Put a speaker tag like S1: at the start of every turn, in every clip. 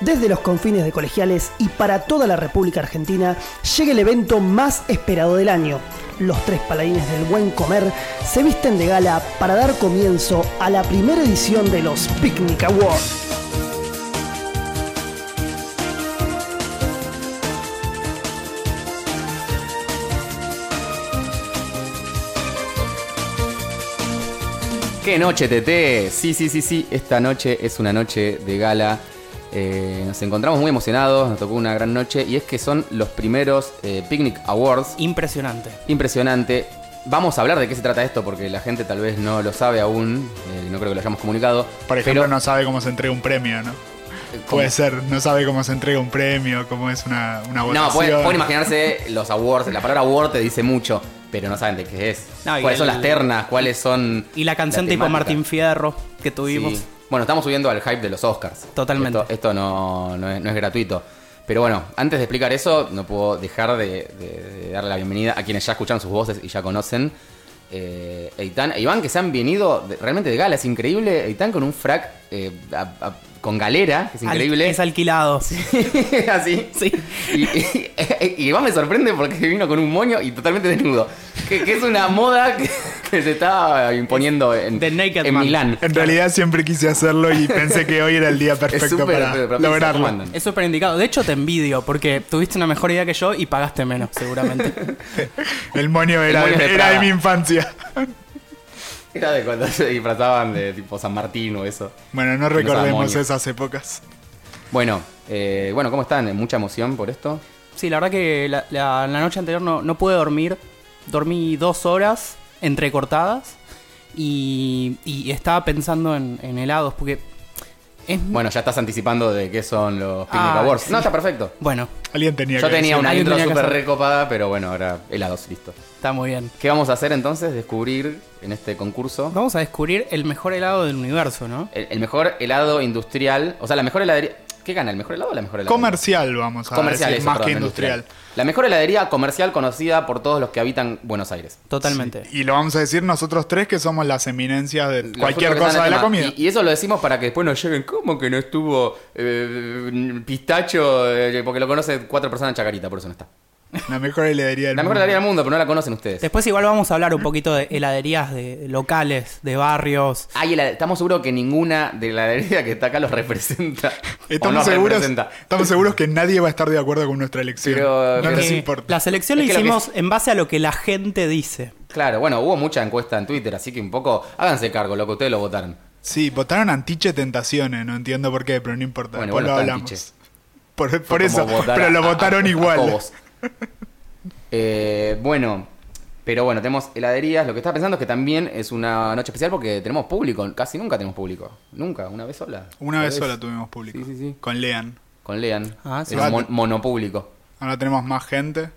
S1: desde los confines de colegiales y para toda la República Argentina, llega el evento más esperado del año. Los tres paladines del buen comer se visten de gala para dar comienzo a la primera edición de los Picnic Awards.
S2: ¡Qué noche, TT! Sí, sí, sí, sí, esta noche es una noche de gala. Eh, nos encontramos muy emocionados, nos tocó una gran noche y es que son los primeros eh, Picnic Awards.
S3: Impresionante.
S2: Impresionante. Vamos a hablar de qué se trata esto porque la gente tal vez no lo sabe aún, eh, no creo que lo hayamos comunicado.
S4: Por ejemplo,
S2: pero-
S4: no sabe cómo se entrega un premio, ¿no?
S2: ¿cómo?
S4: Puede ser, no sabe cómo se entrega un premio, cómo es una, una votación.
S2: No, pueden, pueden imaginarse los awards, la palabra award te dice mucho, pero no saben de qué es.
S3: No, y
S2: ¿Cuáles son
S3: el-
S2: las ternas? ¿Cuáles son
S3: Y la canción tipo
S2: temática.
S3: Martín Fierro que tuvimos.
S2: Sí. Bueno, estamos subiendo al hype de los Oscars.
S3: Totalmente.
S2: Esto, esto no, no es, no es gratuito. Pero bueno, antes de explicar eso, no puedo dejar de, de- de darle la bienvenida a quienes ya escucharon sus voces y ya conocen. Eh, Eitan e Iván, que se han venido de- realmente de gala, es increíble. Eitan con un frac eh, a- a- con galera, que es
S3: Al-
S2: increíble.
S3: es alquilado.
S2: Así.
S3: Sí.
S2: Y, y- y Iván me sorprende porque vino con un moño y totalmente desnudo. Que, que es una moda que, que se está imponiendo en,
S3: The Naked
S2: en
S3: Man.
S2: Milán.
S4: En realidad siempre quise hacerlo y pensé que hoy era el día perfecto
S2: súper,
S4: para
S2: pero- pero
S4: lograrlo.
S2: mandan.
S3: Es súper indicado. De hecho, te envidio porque tuviste una mejor idea que yo y pagaste menos, seguramente.
S4: El moño era,
S2: moño
S4: de-
S2: de
S4: era de
S2: Prada.
S4: mi infancia.
S2: Era de cuando se disfrazaban de tipo San Martín o eso.
S4: Bueno, no
S2: usaba
S4: recordemos
S2: moño.
S4: esas épocas.
S2: Bueno, eh, bueno, ¿cómo están? ¿Mucha emoción por esto?
S3: sí, la verdad que la, la- la noche anterior no, no pude dormir. Dormí dos horas entrecortadas y, y estaba pensando en, en helados porque es...
S2: Bueno, ya estás anticipando de qué son los Picnic
S3: Ah,
S2: Awards.
S3: sí.
S2: No, está perfecto.
S3: Bueno,
S4: Alguien tenía
S2: Yo
S4: que
S2: tenía
S4: decir.
S2: una
S3: Alguien
S2: intro
S3: tenía que
S2: súper
S3: hacer-
S2: recopada, pero bueno, ahora helados, listo.
S3: está muy bien.
S2: ¿Qué vamos a hacer entonces? Descubrir en este concurso
S3: Vamos a descubrir el mejor helado del universo, ¿no?
S2: el, el mejor helado industrial. O sea, la mejor heladería. ¿Qué gana? ¿El mejor helado o la mejor heladería?
S4: Comercial, vamos a
S2: Comercial,
S4: decir,
S2: eso,
S4: más
S2: perdón,
S4: que industrial.
S2: La mejor heladería comercial conocida por todos los que habitan Buenos Aires.
S3: Totalmente.
S4: Y lo vamos a decir nosotros tres que somos las eminencias de
S2: Los
S4: cualquier
S2: frutos que
S4: cosa
S2: están
S4: de
S2: en
S4: la
S2: tema.
S4: comida.
S2: Y, y eso lo decimos para que después nos lleguen. ¿Cómo que no estuvo eh, pistacho? Eh, porque lo conocen cuatro personas en Chacarita, por eso no está.
S4: La mejor heladería del
S2: La mejor
S4: mundo.
S2: heladería del mundo, pero no la conocen ustedes.
S3: Después igual vamos a hablar un poquito de heladerías de locales, de barrios.
S2: Hay helade- estamos seguros que ninguna de la heladería que está acá los representa. o
S4: Estamos,
S2: no
S4: seguros,
S2: representa.
S4: estamos seguros que nadie va a estar de acuerdo con nuestra elección.
S2: Pero-
S4: no
S2: pero-
S4: nos
S3: Eh,
S4: importa.
S3: La selección la
S2: Es que lo que
S3: hicimos en base a lo que la gente dice.
S2: Claro, bueno, hubo mucha encuesta en Twitter, así que un poco háganse cargo, lo que ustedes lo votaron.
S4: Sí, votaron antiche tentaciones, no entiendo por qué, pero no importa.
S2: Bueno,
S4: después
S2: bueno,
S4: lo
S2: está
S4: hablamos.
S2: Antiche.
S4: Por, por
S2: Fue como
S4: eso,
S2: votar
S4: pero
S2: a-
S4: lo
S2: a-
S4: votaron
S2: a- a
S4: igual.
S2: Cobos. Eh, bueno, pero bueno, tenemos heladerías. Lo que estaba pensando es que también es una noche especial porque tenemos público. Casi nunca tenemos público. Nunca, una vez sola.
S4: Una
S2: Tal
S4: vez sola tuvimos público.
S2: Sí, sí, sí.
S4: Con Lean.
S2: Con Lean.
S3: Ah, sí.
S2: Era un mon- monopúblico.
S4: Ahora tenemos más gente.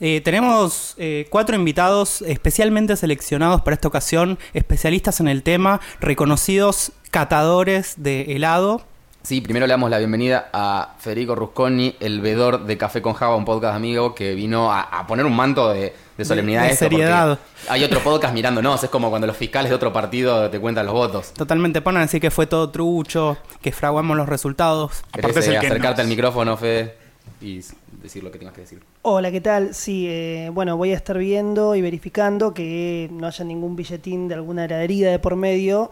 S3: Eh, tenemos eh, cuatro invitados especialmente seleccionados para esta ocasión, especialistas en el tema, reconocidos catadores de helado.
S2: Sí, primero le damos la bienvenida a Federico Rusconi, el vedor de Café con Java, un podcast amigo que vino a, a poner un manto de, de solemnidad.
S3: de
S2: a esto, porque
S3: seriedad.
S2: Hay otro podcast mirándonos, es como cuando los fiscales de otro partido te cuentan los votos.
S3: Totalmente ponen así que fue todo trucho, que fraguamos los resultados.
S4: Aparte
S2: Querés,
S4: es el
S2: eh,
S4: que
S2: acercarte al
S4: nos-
S2: micrófono, Fede, y s- decir lo que tengas que decir.
S1: Hola, ¿qué tal? Sí, eh, bueno, voy a estar viendo y verificando que no haya ningún billetín de alguna heladería de por medio.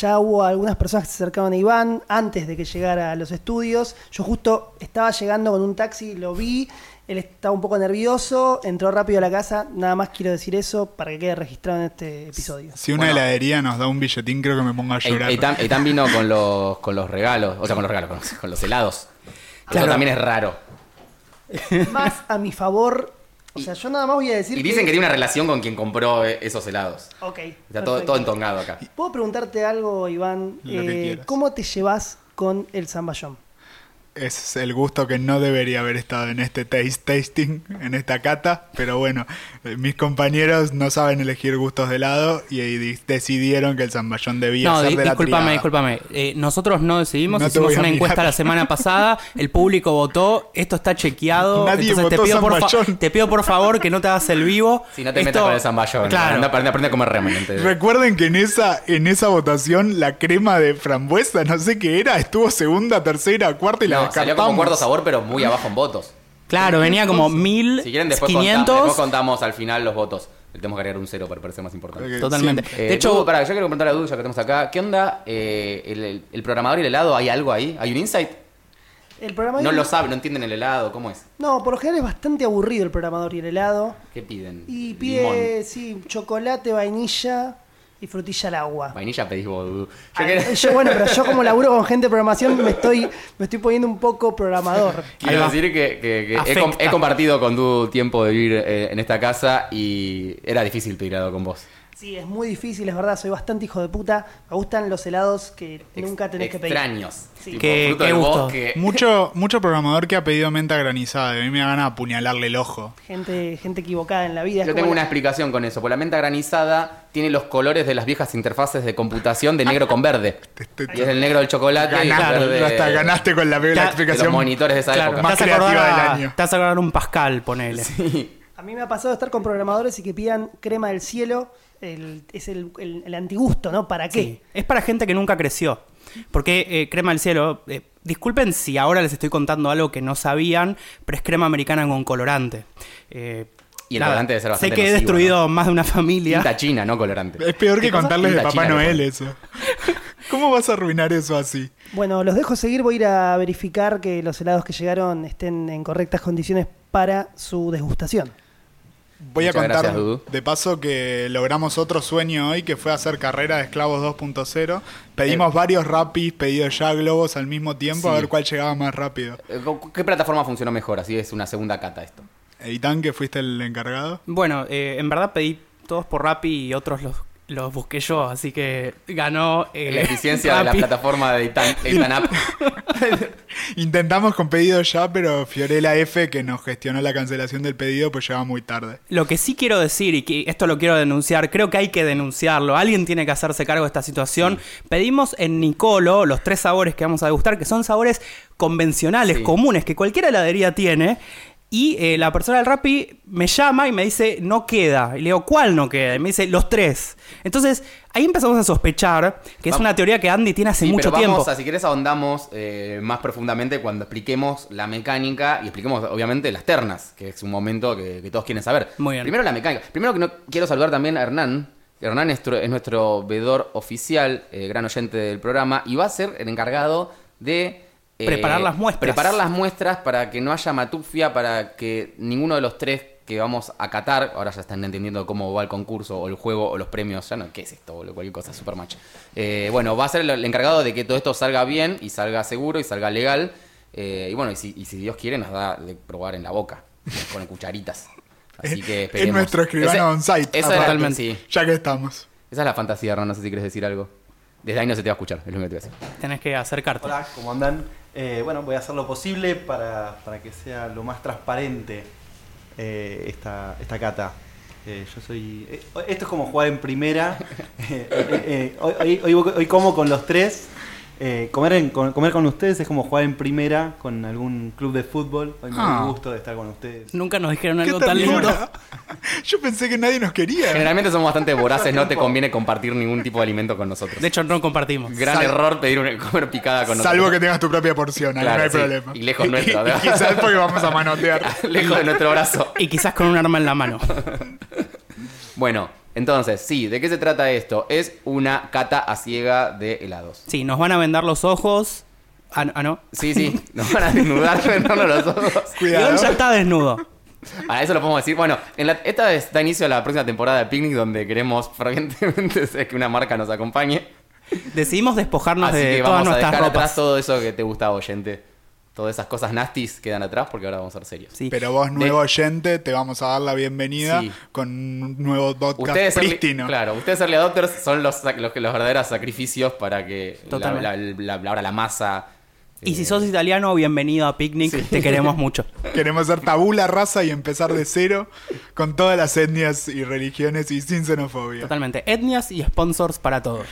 S1: Ya hubo algunas personas que se acercaban a Iván antes de que llegara a los estudios. Yo justo estaba llegando con un taxi, lo vi, él estaba un poco nervioso, entró rápido a la casa. Nada más quiero decir eso para que quede registrado en este episodio.
S4: Si una
S2: Bueno.
S4: heladería nos da un billetín, creo que me pongo a llorar.
S2: Eitan, Eitan vino con los, con los regalos, o sea, con los regalos, con los, con los helados.
S3: Claro.
S2: Eso también es raro.
S1: Más a mi favor, o sea, yo nada más voy a decir
S2: Y dicen que tiene una relación con quien compró eh, esos helados.
S1: Ok.
S2: Está todo,
S1: perfecto.
S2: todo entongado acá.
S1: ¿Puedo preguntarte algo, Iván? Eh,
S4: Lo que quieras.
S1: ¿Cómo te llevas con el zamballón?
S4: Es el gusto que no debería haber estado en este taste tasting, en esta cata, pero bueno, eh, mis compañeros no saben elegir gustos de helado y, y di- decidieron que el zamballón debía
S3: No,
S4: ser
S3: di-
S4: de la
S3: discúlpame,
S4: triada.
S3: discúlpame. Eh, nosotros no decidimos,
S4: No te
S3: hicimos
S4: voy a
S3: una
S4: mirar.
S3: encuesta la semana pasada, el público votó, esto está chequeado.
S4: Nadie
S3: entonces
S4: votó
S3: te, pido por
S4: Zamballón.
S3: te pido por favor que no te hagas el vivo.
S2: Si no te
S3: Esto-
S2: metas con el zamballón,
S3: Claro.
S2: anda, aprende, aprende a comer ramen. antes de-
S4: Recuerden que en esa, en esa votación la crema de frambuesa, no sé qué era, estuvo segunda, tercera, cuarta y la
S2: No, No, salió como
S4: descartamos.
S2: cuarto sabor, pero muy abajo en votos.
S3: Claro, venía como mil,
S2: Si quieren, después, contamos,
S3: 500.
S2: después contamos al final los votos. Le tenemos que agregar un cero para parecer más importante.
S4: Ok.
S3: Totalmente.
S4: Siempre.
S2: Eh,
S3: de hecho,
S2: Dudu, pará, yo quiero preguntar a Dudu, ya que estamos acá. ¿Qué onda eh, el, el- el programador y el helado? ¿Hay algo ahí? ¿Hay un insight?
S1: El programador.
S2: No lo saben, no entienden el helado. ¿Cómo es?
S1: No, por lo general es bastante aburrido el programador y el helado.
S2: ¿Qué piden?
S1: Y
S2: Limón.
S1: pide, sí, chocolate, vainilla y frutilla al agua.
S2: Vainilla pedís vos, Dudu. Yo
S1: Ah,
S2: quería-
S1: yo, bueno, pero yo como laburo con gente de programación me estoy, me estoy poniendo un poco programador.
S2: Quiero
S3: Ahí va.
S2: decir que, que- que he,
S3: Afecta.
S2: com- he compartido con tu tiempo de vivir eh, en esta casa y era difícil pedir helado con vos.
S1: Sí, es muy difícil, es verdad, soy bastante hijo de puta. Me gustan los helados que
S2: Ex-
S1: nunca tenés que pedir.
S2: Extraños.
S1: Sí.
S2: Tipo,
S3: Qué-
S2: fruto
S3: qué
S2: del
S3: gusto.
S2: bosque.
S4: Mucho, mucho programador que ha pedido menta granizada. y A mí me da ganas de apuñalarle el ojo.
S1: Gente, gente equivocada en la vida. es
S2: Yo
S1: como
S2: tengo
S1: la-
S2: una explicación con eso. Porque la menta granizada tiene los colores de las viejas interfaces de computación de negro con verde. Y es el negro del chocolate y el
S4: Ganaste,
S2: verde
S4: hasta ganaste con la, la
S3: Ya,
S2: de los
S4: explicación.
S2: monitores de esa
S3: claro,
S2: época.
S4: Más
S3: te vas a acordar
S4: creativa del
S3: a-
S4: año.
S3: Te vas a acordar un Pascal, ponele.
S2: Sí.
S1: A mí me ha pasado de estar con programadores y que pidan crema del cielo. el- es el, el- el antigusto, ¿no? ¿Para qué?
S3: Sí. Es para gente que nunca creció. Porque eh, crema del cielo, eh, disculpen si ahora les estoy contando algo que no sabían, pero es crema americana con colorante. Eh,
S2: Y el colorante debe ser
S3: Sé
S2: bastante
S3: que he
S2: nocivo,
S3: destruido más de una familia.
S2: Tinta china, no colorante.
S4: Es peor que
S2: ¿Qué cosa?
S4: contarles de
S2: Tinta
S4: Papá
S2: china,
S4: Noel
S2: loco.
S4: eso. ¿Cómo vas a arruinar eso así?
S1: Bueno, los dejo seguir, voy a ir a verificar que los helados que llegaron estén en correctas condiciones para su desgustación.
S4: Voy
S2: Muchas
S4: a contar
S2: gracias, Dudu.
S4: de paso que logramos otro sueño hoy que fue hacer carrera de esclavos 2.0. Pedimos varios rapis, pedidos ya globos al mismo tiempo a
S2: Eh. Sí.
S4: ver cuál llegaba más rápido.
S2: Eh, ¿con- ¿Qué plataforma funcionó mejor? Así es una segunda cata esto.
S4: Eitan, que fuiste el encargado.
S3: Bueno, eh, en verdad pedí todos por Rappi y otros los, los busqué yo, así que ganó. eh,
S2: La eficiencia de la
S3: Rappi.
S2: plataforma de Itan, Itan App.
S4: Intentamos con pedidos ya, pero Fiorella F, que nos gestionó la cancelación del pedido, pues llegaba muy tarde.
S3: Lo que sí quiero decir, y que esto lo quiero denunciar, creo que hay que denunciarlo, alguien tiene que hacerse cargo de esta situación. Pedimos en Nicolo los tres sabores que vamos a degustar, que son sabores convencionales,
S2: Sí.
S3: comunes, que cualquier heladería tiene. Y eh, la persona del Rappi me llama y me dice, no queda. Y le digo, ¿cuál no queda? Y me dice, los tres. Entonces, ahí empezamos a sospechar, que es
S2: Vamos.
S3: una teoría que Andy tiene hace
S2: Sí,
S3: mucho
S2: pero vamos
S3: tiempo.
S2: a, si querés, ahondamos eh, más profundamente cuando expliquemos la mecánica y expliquemos, obviamente, las ternas, que es un momento que, que todos quieren saber.
S3: Muy bien.
S2: Primero la mecánica. Primero que no, quiero saludar también a Hernán. Hernán es, tru- es nuestro vedor oficial, eh, gran oyente del programa, y va a ser el encargado de... eh,
S3: Preparar las muestras.
S2: Preparar las muestras para que no haya matufia, para que ninguno de los tres que vamos a catar, ahora ya están entendiendo cómo va el concurso o el juego o los premios, ya no, ¿qué es esto? boludo? Cualquier cosa, Supermatch. Eh, bueno, va a ser el, el encargado de que todo esto salga bien y salga seguro y salga legal. Eh, y bueno, y si, y si Dios quiere, nos da de probar en la boca, con cucharitas. Así que
S4: Es- es
S2: esperemos.
S4: nuestro escribano
S2: Ese-
S4: on-site.
S2: Esa, era-
S3: Totalmente.
S2: sí.
S4: Ya que estamos.
S2: Esa es la fantasía, Hernán, no sé si quieres decir algo. Desde ahí no se te va a escuchar, es lo único que te voy a decir.
S3: Tenés que acercarte.
S5: Hola, ¿cómo andan? Eh, bueno, voy a hacer lo posible para, para que sea lo más transparente eh, esta, esta cata. Eh, yo soy. eh, esto es como jugar en primera. Eh, eh, eh, hoy, hoy- hoy- hoy como con los tres. Eh, comer, en- con, comer con ustedes es como jugar en primera con algún club de fútbol. Hoy me da
S4: Ah.
S5: el gusto de estar con ustedes.
S3: Nunca nos dijeron
S4: ¡Qué
S3: algo tan lindo.
S4: ternura! Yo pensé que nadie nos quería.
S2: Generalmente somos bastante voraces, no te conviene compartir ningún tipo de alimento con nosotros.
S3: De hecho, no compartimos.
S2: Gran
S4: Sal-
S2: error pedir una comer picada con
S4: Salvo que
S2: nosotros.
S4: tengas tu propia porción, ahí
S2: Claro,
S4: no hay
S2: sí.
S4: problema.
S2: Y lejos nuestro,
S4: Y- y
S2: ¿no?
S4: quizás porque vamos a manotear.
S2: Lejos de nuestro brazo.
S3: Y quizás con un arma en la mano.
S2: Bueno, entonces, sí, ¿de qué se trata esto? Es una cata a ciega de helados.
S3: Sí, nos van a vendar los ojos. Ah, no. ah, no.
S2: Sí, sí, nos van a desnudar, rentarnos los ojos.
S4: Cuidado.
S3: León ya está desnudo.
S2: Ahora, eso lo podemos decir. Bueno, en la- esta es- da inicio a la próxima temporada de Picnic, donde queremos fervientemente que una marca nos acompañe.
S3: Decidimos despojarnos
S2: Así
S3: de
S2: que
S3: todas
S2: vamos a dejar
S3: nuestras
S2: atrás
S3: ropas.
S2: todo eso que te gustaba, oyente. Todas esas cosas nasties quedan atrás porque ahora vamos a ser serios.
S3: Sí.
S4: Pero vos, nuevo
S2: De-
S4: oyente, te vamos a dar la bienvenida
S2: Sí.
S4: con un nuevo podcast
S2: Ustedes ser,
S4: prístino.
S2: claro, ustedes early adopters son los, sac- los, que- los verdaderos sacrificios para que la-
S3: Totalmente.
S2: la, la- la- ahora la masa...
S3: Y si
S2: eh,
S3: sos italiano, bienvenido a Picnic. Te queremos mucho.
S4: Queremos ser tabula raza y empezar de cero con todas las etnias y religiones y sin xenofobia.
S3: Totalmente. Etnias y sponsors para todos.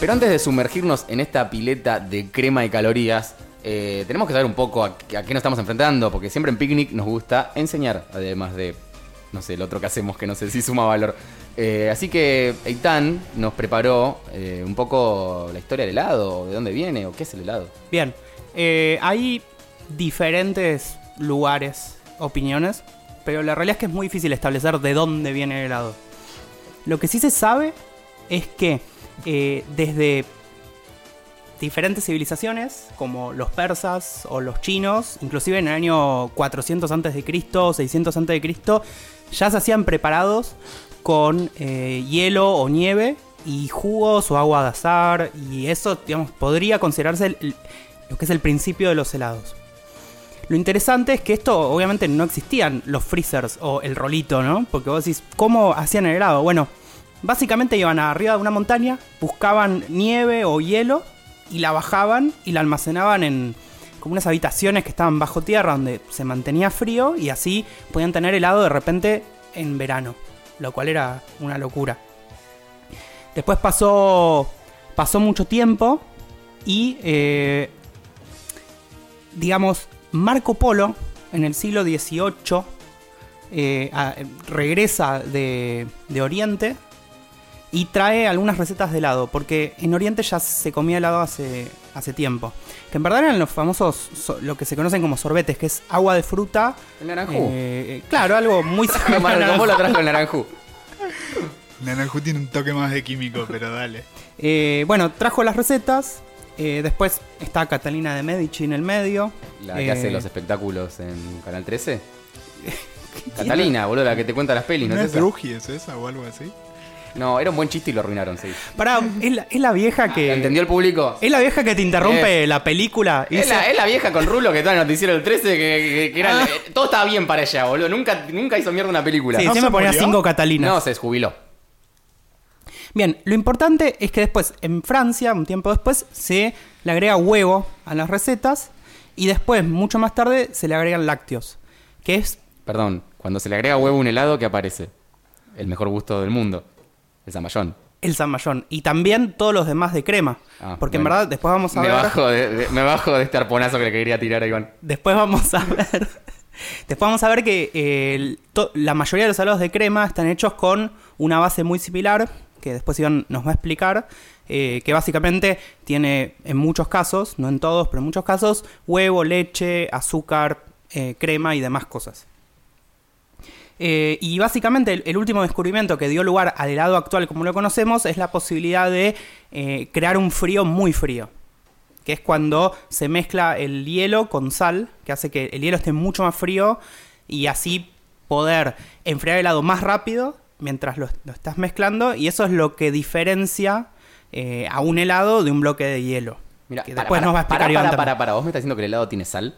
S2: Pero antes de sumergirnos en esta pileta de crema y calorías, eh, tenemos que saber un poco a, a qué nos estamos enfrentando, porque siempre en Picnic nos gusta enseñar, además de, no sé, lo otro que hacemos que no sé si suma valor. Eh, así que Eitan nos preparó eh, un poco la historia del helado, de dónde viene o qué es el helado.
S3: Bien, eh, hay diferentes lugares, opiniones, pero la realidad es que es muy difícil establecer de dónde viene el helado. Lo que sí se sabe es que eh, desde diferentes civilizaciones, como los persas o los chinos, inclusive en el año 400 antes de Cristo, 600 antes de Cristo, ya se hacían preparados con eh, hielo o nieve y jugos o agua de azar y eso, digamos, podría considerarse el- lo que es el principio de los helados. Lo interesante es que esto, obviamente, no existían los freezers o el rolito, ¿no? Porque vos decís, ¿cómo hacían el helado? Bueno, básicamente iban arriba de una montaña, buscaban nieve o hielo y la bajaban y la almacenaban en como unas habitaciones que estaban bajo tierra donde se mantenía frío y así podían tener helado de repente en verano, lo cual era una locura. Después pasó, pasó mucho tiempo y eh, digamos, Marco Polo en el siglo XVIII eh, a- regresa de, de Oriente y trae algunas recetas de helado, porque en Oriente ya se comía helado hace, hace tiempo. Que en verdad eran los famosos, so- lo que se conocen como sorbetes, que es agua de fruta.
S2: El naranjú.
S3: eh, claro, algo muy similar.
S2: Marco Polo trajo el naranjú.
S4: Naranjú tiene un toque más de químico, pero dale.
S3: Eh, bueno, trajo las recetas. eh, después está Catalina de Medici en el medio.
S2: La que
S3: Eh,
S2: hace los espectáculos en Canal 13. Catalina, boludo, la que te cuenta las pelis, ¿no,
S4: ¿No
S2: es
S4: es
S2: esa?
S4: Drugi, es esa o algo así?
S2: No, era un buen chiste y lo arruinaron, sí.
S3: Pará, es la, es la vieja que.
S2: Ah, ¿Entendió el público?
S3: Es la vieja que te interrumpe la película. y
S2: Es
S3: dice,
S2: la, es la vieja con rulo que estaba en el noticiero del 13, que, que- que
S3: Ah.
S2: era- eh, todo estaba bien para ella, boludo. Nunca, nunca hizo mierda una película.
S3: sí,
S4: ¿No
S3: siempre
S4: se
S3: ponía
S4: murió?
S3: cinco Catalinas.
S2: No, se desjubiló.
S3: Bien, lo importante es que después, en Francia, un tiempo después, se le agrega huevo a las recetas. Y después, mucho más tarde, se le agregan lácteos. Que es.
S2: Perdón, cuando se le agrega huevo a un helado, ¿qué aparece? El mejor gusto del mundo. El zamballón.
S3: El zamballón. Y también todos los demás de crema.
S2: Ah,
S3: porque
S2: bueno.
S3: en verdad, después vamos a
S2: Me
S3: ver.
S2: bajo, de, de- me bajo de este arponazo que le quería tirar a Iván.
S3: Después vamos a ver. Después vamos a ver que eh, el- to- la mayoría de los salados de crema están hechos con una base muy similar, que después Iván nos va a explicar, eh, que básicamente tiene en muchos casos, no en todos, pero en muchos casos, huevo, leche, azúcar, eh, crema y demás cosas. Eh, y básicamente el, el último descubrimiento que dio lugar al helado actual como lo conocemos es la posibilidad de eh, crear un frío muy frío que es cuando se mezcla el hielo con sal, que hace que el hielo esté mucho más frío y así poder enfriar el helado más rápido mientras lo, lo estás mezclando y eso es lo que diferencia eh, a un helado de un bloque de hielo.
S2: Mira,
S3: que después nos va a explicar
S2: para,
S3: Iván
S2: para,
S3: también.
S2: para, para. ¿Vos me estás diciendo que el helado tiene sal?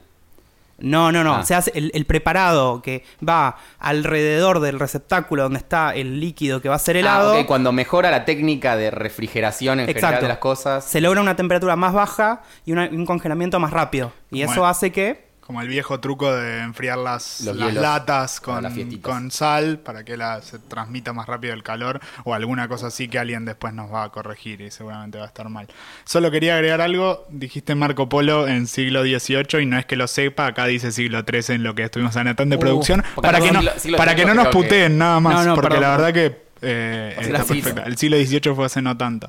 S3: No, no, no.
S2: Ah.
S3: Se hace el, el preparado que va alrededor del receptáculo donde está el líquido que va a ser helado.
S2: Ah, ok, cuando mejora la técnica de refrigeración en general
S3: Exacto.
S2: de las cosas.
S3: Se logra una temperatura más baja y una- un congelamiento más rápido. Y
S4: Como
S3: eso
S4: el-
S3: hace que
S4: Como el viejo truco de enfriar las,
S2: Los
S4: las
S2: hielos
S4: latas
S2: para
S4: con,
S2: las fiestitas.
S4: con sal para que la, se transmita más rápido el calor o alguna cosa así que alguien después nos va a corregir y seguramente va a estar mal. Solo quería agregar algo, dijiste Marco Polo en siglo XVIII y no es que lo sepa, acá dice siglo XIII en lo que estuvimos en Atán de
S3: Uh,
S4: producción,
S2: porque
S4: para
S2: no,
S4: que no,
S2: siglo- siglo
S4: para que no
S2: XVIII
S4: nos
S2: creo que-
S4: puteen nada más,
S3: No, no,
S4: porque
S3: perdón,
S4: la
S3: perdón.
S4: verdad que eh,
S2: Era
S4: está
S2: siglo.
S4: perfecta. El siglo XVIII fue hace no tanto.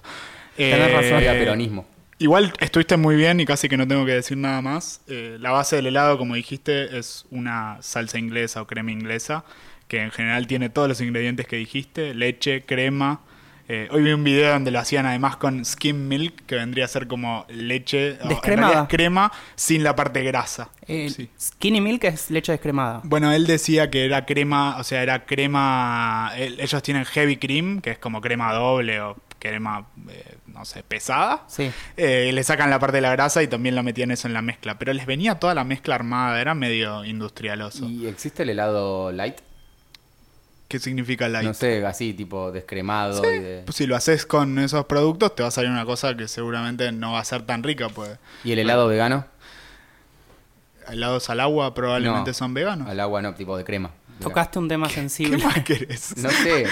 S4: Eh,
S3: Tenés razón.
S2: Era eh, peronismo.
S4: Igual estuviste muy bien y casi que no tengo que decir nada más. Eh, la base del helado, como dijiste, es una salsa inglesa o crema inglesa, que en general tiene todos los ingredientes que dijiste, leche, crema. Eh, hoy vi un video donde lo hacían además con skim milk, que vendría a ser como leche, o en
S3: Descremada.
S4: realidad es crema sin la parte grasa.
S3: eh,
S4: Sí.
S3: skinny milk es leche descremada.
S4: Bueno, él decía que era crema, o sea, era crema. el- ellos tienen heavy cream, que es como crema doble o crema, eh, no sé, pesada.
S3: Sí.
S4: Eh, y le sacan la parte de la grasa y también lo metían eso en la mezcla. Pero les venía toda la mezcla armada, era medio industrialoso.
S2: ¿Y existe el helado light?
S4: ¿Qué significa light?
S2: No sé, así, tipo descremado. Y, de-
S4: Pues si lo haces con esos productos, te va a salir una cosa que seguramente no va a ser tan rica, pues.
S2: ¿Y el helado vegano?
S4: Helados al agua probablemente
S2: No.
S4: son veganos.
S2: Al agua no, tipo de crema. De la-
S3: Tocaste un tema
S4: ¿Qué
S3: sensible.
S4: más querés?
S2: No sé.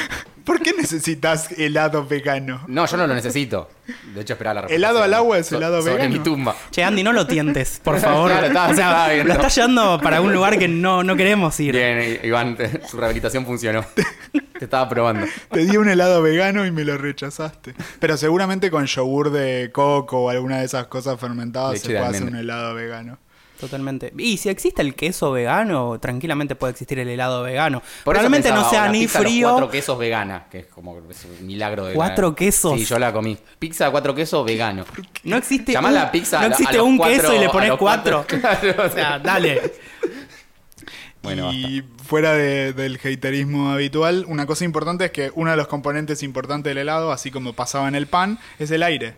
S4: ¿Por qué necesitas helado vegano?
S2: No, yo no lo necesito. De hecho, esperaba la respuesta.
S4: Helado al agua es helado
S2: sobre
S4: vegano.
S2: mi tumba.
S3: Che, Andy, no lo tientes, por favor.
S2: Claro, estaba-
S3: o sea,
S2: estaba viendo.
S3: lo estás llevando para un lugar que no, no queremos ir.
S2: Bien, I- Iván, te- su rehabilitación funcionó. Te estaba probando.
S4: Te di un helado vegano y me lo rechazaste. Pero seguramente con yogur de coco o alguna de esas cosas fermentadas
S2: Leche
S4: se
S2: de
S4: puede hacer un
S2: almendra.
S4: helado vegano.
S3: Totalmente. Y si existe el queso vegano, tranquilamente puede existir el helado vegano.
S2: Por eso
S3: Probablemente no
S2: pensaba,
S3: sea
S2: una
S3: ni
S2: pizza a los
S3: frío.
S2: Cuatro quesos vegana, que es como es un milagro de. la-
S3: ¿Cuatro quesos?
S2: Sí, yo la comí. Pizza de cuatro quesos vegano.
S3: No existe.
S2: Llamá
S3: un,
S2: la pizza a
S3: No
S2: la- a
S3: existe
S2: los
S3: un
S2: cuatro-
S3: queso y le
S2: a
S3: pones
S2: los
S3: cuatro.
S2: cuatro. Claro,
S3: o sea, dale.
S2: Bueno,
S4: y fuera de- del haterismo habitual, una cosa importante es que uno de los componentes importantes del helado, así como pasaba en el pan, es el aire.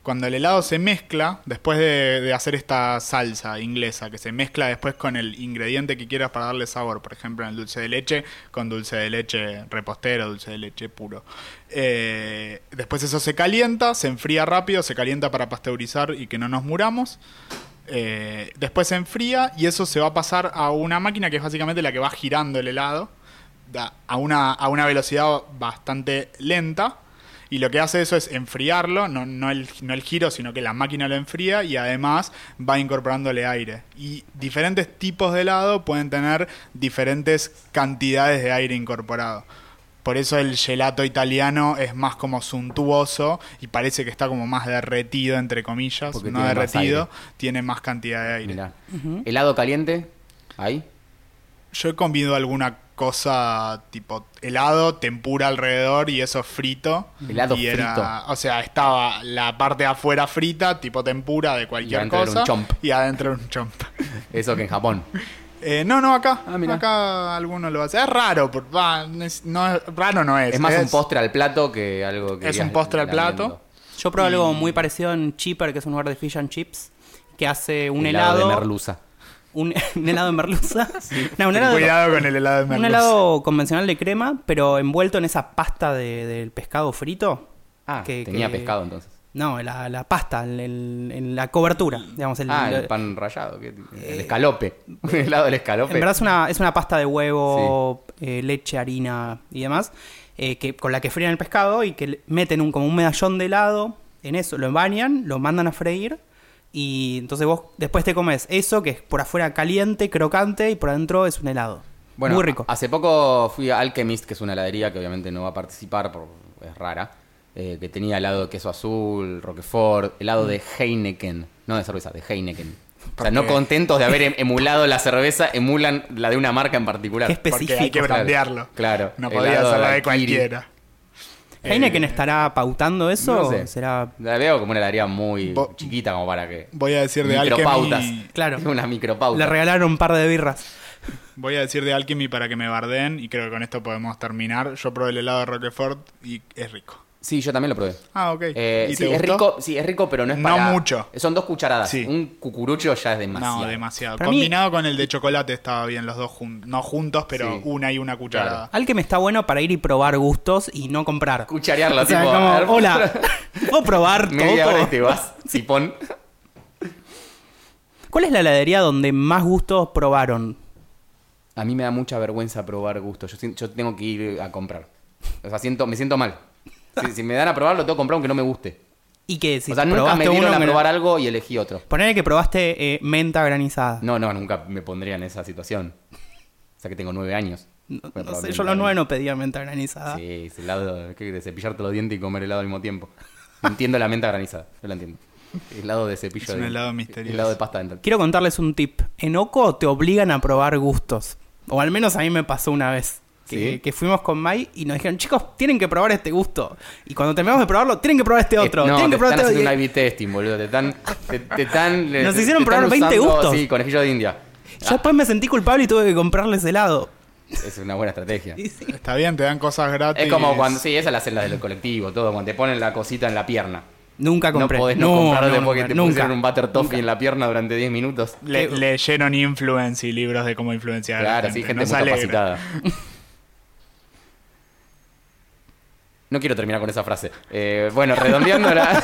S4: Cuando el helado se mezcla, después de, de hacer esta salsa inglesa, que se mezcla después con el ingrediente que quieras para darle sabor, por ejemplo en el dulce de leche, con dulce de leche repostero, dulce de leche puro. Eh, después eso se calienta, se enfría rápido, se calienta para pasteurizar y que no nos muramos. Eh, después se enfría y eso se va a pasar a una máquina que es básicamente la que va girando el helado da- a una, a una velocidad bastante lenta. Y lo que hace eso es enfriarlo, no, no, el, no el giro, sino que la máquina lo enfría y además va incorporándole aire. Y diferentes tipos de helado pueden tener diferentes cantidades de aire incorporado. Por eso el gelato italiano es más como suntuoso y parece que está como más derretido, entre comillas.
S2: Porque
S4: no
S2: tiene más
S4: derretido, tiene más cantidad de aire.
S2: mirá. Helado caliente, ahí.
S4: Yo he comido alguna cosa tipo helado, tempura alrededor y eso frito.
S2: Helado
S4: y
S2: frito.
S4: O sea, estaba la parte de afuera frita, tipo tempura de cualquier
S2: adentro era un
S4: cosa.
S2: chomp.
S4: Y adentro era un chomp.
S2: Eso que en Japón.
S4: Eh, no, no, acá.
S2: Ah, mirá.
S4: acá alguno lo hace. Es raro, por- va, no es- no es- raro no es.
S2: Es más un postre al plato que algo que.
S4: es un
S2: digas
S4: postre al plato.
S2: lamiendo.
S3: Yo probé algo muy parecido en Cheaper, que es un lugar de fish and chips, que hace un
S2: helado.
S3: helado.
S2: de merluza.
S3: un, un helado de merluza. No, un helado,
S4: Cuidado con el helado de
S3: un
S4: merluza.
S3: helado convencional de crema, pero envuelto en esa pasta de- del pescado frito.
S2: Ah,
S3: que-
S2: tenía
S3: que-
S2: pescado entonces.
S3: No, la, la pasta, el- el- el- la cobertura, digamos. El,
S2: ah, el
S3: lo- Eh,
S2: pan rallado. ¿qué? el escalope. Un helado del escalope.
S3: En verdad es una, es una pasta de huevo, eh, leche, harina y demás, eh, que, con la que frían el pescado y que le- meten un, como un medallón de helado en eso, lo bañan, lo mandan a freír y entonces vos después te comes eso que es por afuera caliente, crocante y por adentro es un helado.
S2: Bueno,
S3: Muy rico.
S2: Hace poco fui a Alchemist, que es una heladería que obviamente no va a participar, por, es rara, eh, que tenía helado de queso azul, Roquefort, helado de Heineken, no de cerveza, de Heineken. O sea, no contentos de haber em- emulado la cerveza, emulan la de una marca en particular.
S3: Qué específico.
S4: Porque hay que
S2: Claro,
S4: brandearlo.
S2: claro.
S4: No podía
S2: Helado de
S4: hacerla de
S2: daiquiri.
S4: cualquiera.
S3: Heineken
S4: eh,
S3: estará pautando eso
S2: No
S3: o
S2: sé.
S3: será
S2: La veo como una heladería muy
S4: Vo-
S2: chiquita como para que...
S4: Voy a decir de
S2: micropautas.
S4: Alchemy.
S3: Claro.
S2: Una micropauta.
S3: le regalaron un par de birras.
S4: Voy a decir de Alchemy para que me bardeen y creo que con esto podemos terminar. Yo probé el helado de Roquefort y es rico.
S2: Sí, yo también lo probé.
S4: Ah, ok.
S2: Eh,
S4: ¿Y
S2: sí,
S4: te
S2: es
S4: gustó?
S2: rico, sí, es rico, pero no es
S4: No
S2: para...
S4: mucho.
S2: Son dos cucharadas.
S4: Sí.
S2: Un cucurucho ya es demasiado.
S4: No, demasiado.
S3: Para mí-
S4: Combinado con el de chocolate estaba bien los dos juntos. No juntos, pero
S2: Sí.
S4: una y una cucharada.
S3: Al que me está bueno para ir y probar gustos y no comprar.
S2: Cucharearlo,
S3: O sea,
S2: tipo,
S3: como,
S2: a ver,
S3: hola, ¿puedo probar
S2: Media
S3: todo?
S2: hora y te vas, sipón.
S3: ¿Cuál es la heladería donde más gustos probaron?
S2: A mí me da mucha vergüenza probar gusto. Yo, sien- yo tengo que ir a comprar. O sea, siento, me siento mal. Si, si me dan a probar, lo tengo que comprar aunque no me guste.
S3: Y que si
S2: o sea, nunca me
S3: probaste
S2: dieron
S3: uno,
S2: a
S3: me-
S2: probar algo y elegí otro.
S3: Ponele que probaste eh, menta granizada.
S2: No, no, nunca me pondría en esa situación. O sea, que tengo nueve años.
S3: No-
S2: Voy a
S3: no
S2: probar
S3: sé,
S2: menta
S3: yo los nueve
S2: granizada.
S3: no pedía menta granizada.
S2: Sí, es helado, ¿qué querés? Cepillarte los dientes y comer helado al mismo tiempo. No Entiendo la menta granizada, yo la entiendo. Helado de cepillo.
S4: Es un
S2: de-
S4: helado misterioso.
S2: Helado de pasta dental.
S3: Quiero contarles un tip. En Oco te obligan a probar gustos. O al menos a mí me pasó una vez. Que,
S2: Sí.
S3: que fuimos con Mai y nos dijeron, chicos, tienen que probar este gusto. Y cuando terminamos de probarlo, tienen que probar este otro.
S2: Eh, No,
S3: tienen
S2: te
S3: que probar
S2: están
S3: este
S2: haciendo un
S3: otro.
S2: IV testing, boludo. Te están. Te, te están
S3: Nos
S2: te-
S3: hicieron
S2: te
S3: probar
S2: están
S3: 20 gustos.
S2: Sí, conejillo de India. Ah,
S3: Yo después me sentí culpable y tuve que comprarles helado.
S2: Es una buena estrategia.
S3: Y sí.
S4: Está bien, te dan cosas gratis.
S2: Es como cuando. Sí, esa es la celda del colectivo, todo. Cuando te ponen la cosita en la pierna.
S3: Nunca
S2: No
S3: compré.
S2: podés no, comprarlo porque te
S3: nunca.
S2: pusieron un butter toffee en la pierna durante 10 minutos.
S4: Le- leyeron influence y libros de cómo influenciar a la
S2: Claro,
S4: gente.
S2: sí, gente
S4: Nos
S2: muy
S4: alegra.
S2: capacitada. No quiero terminar con esa frase. Eh, bueno, redondeando la,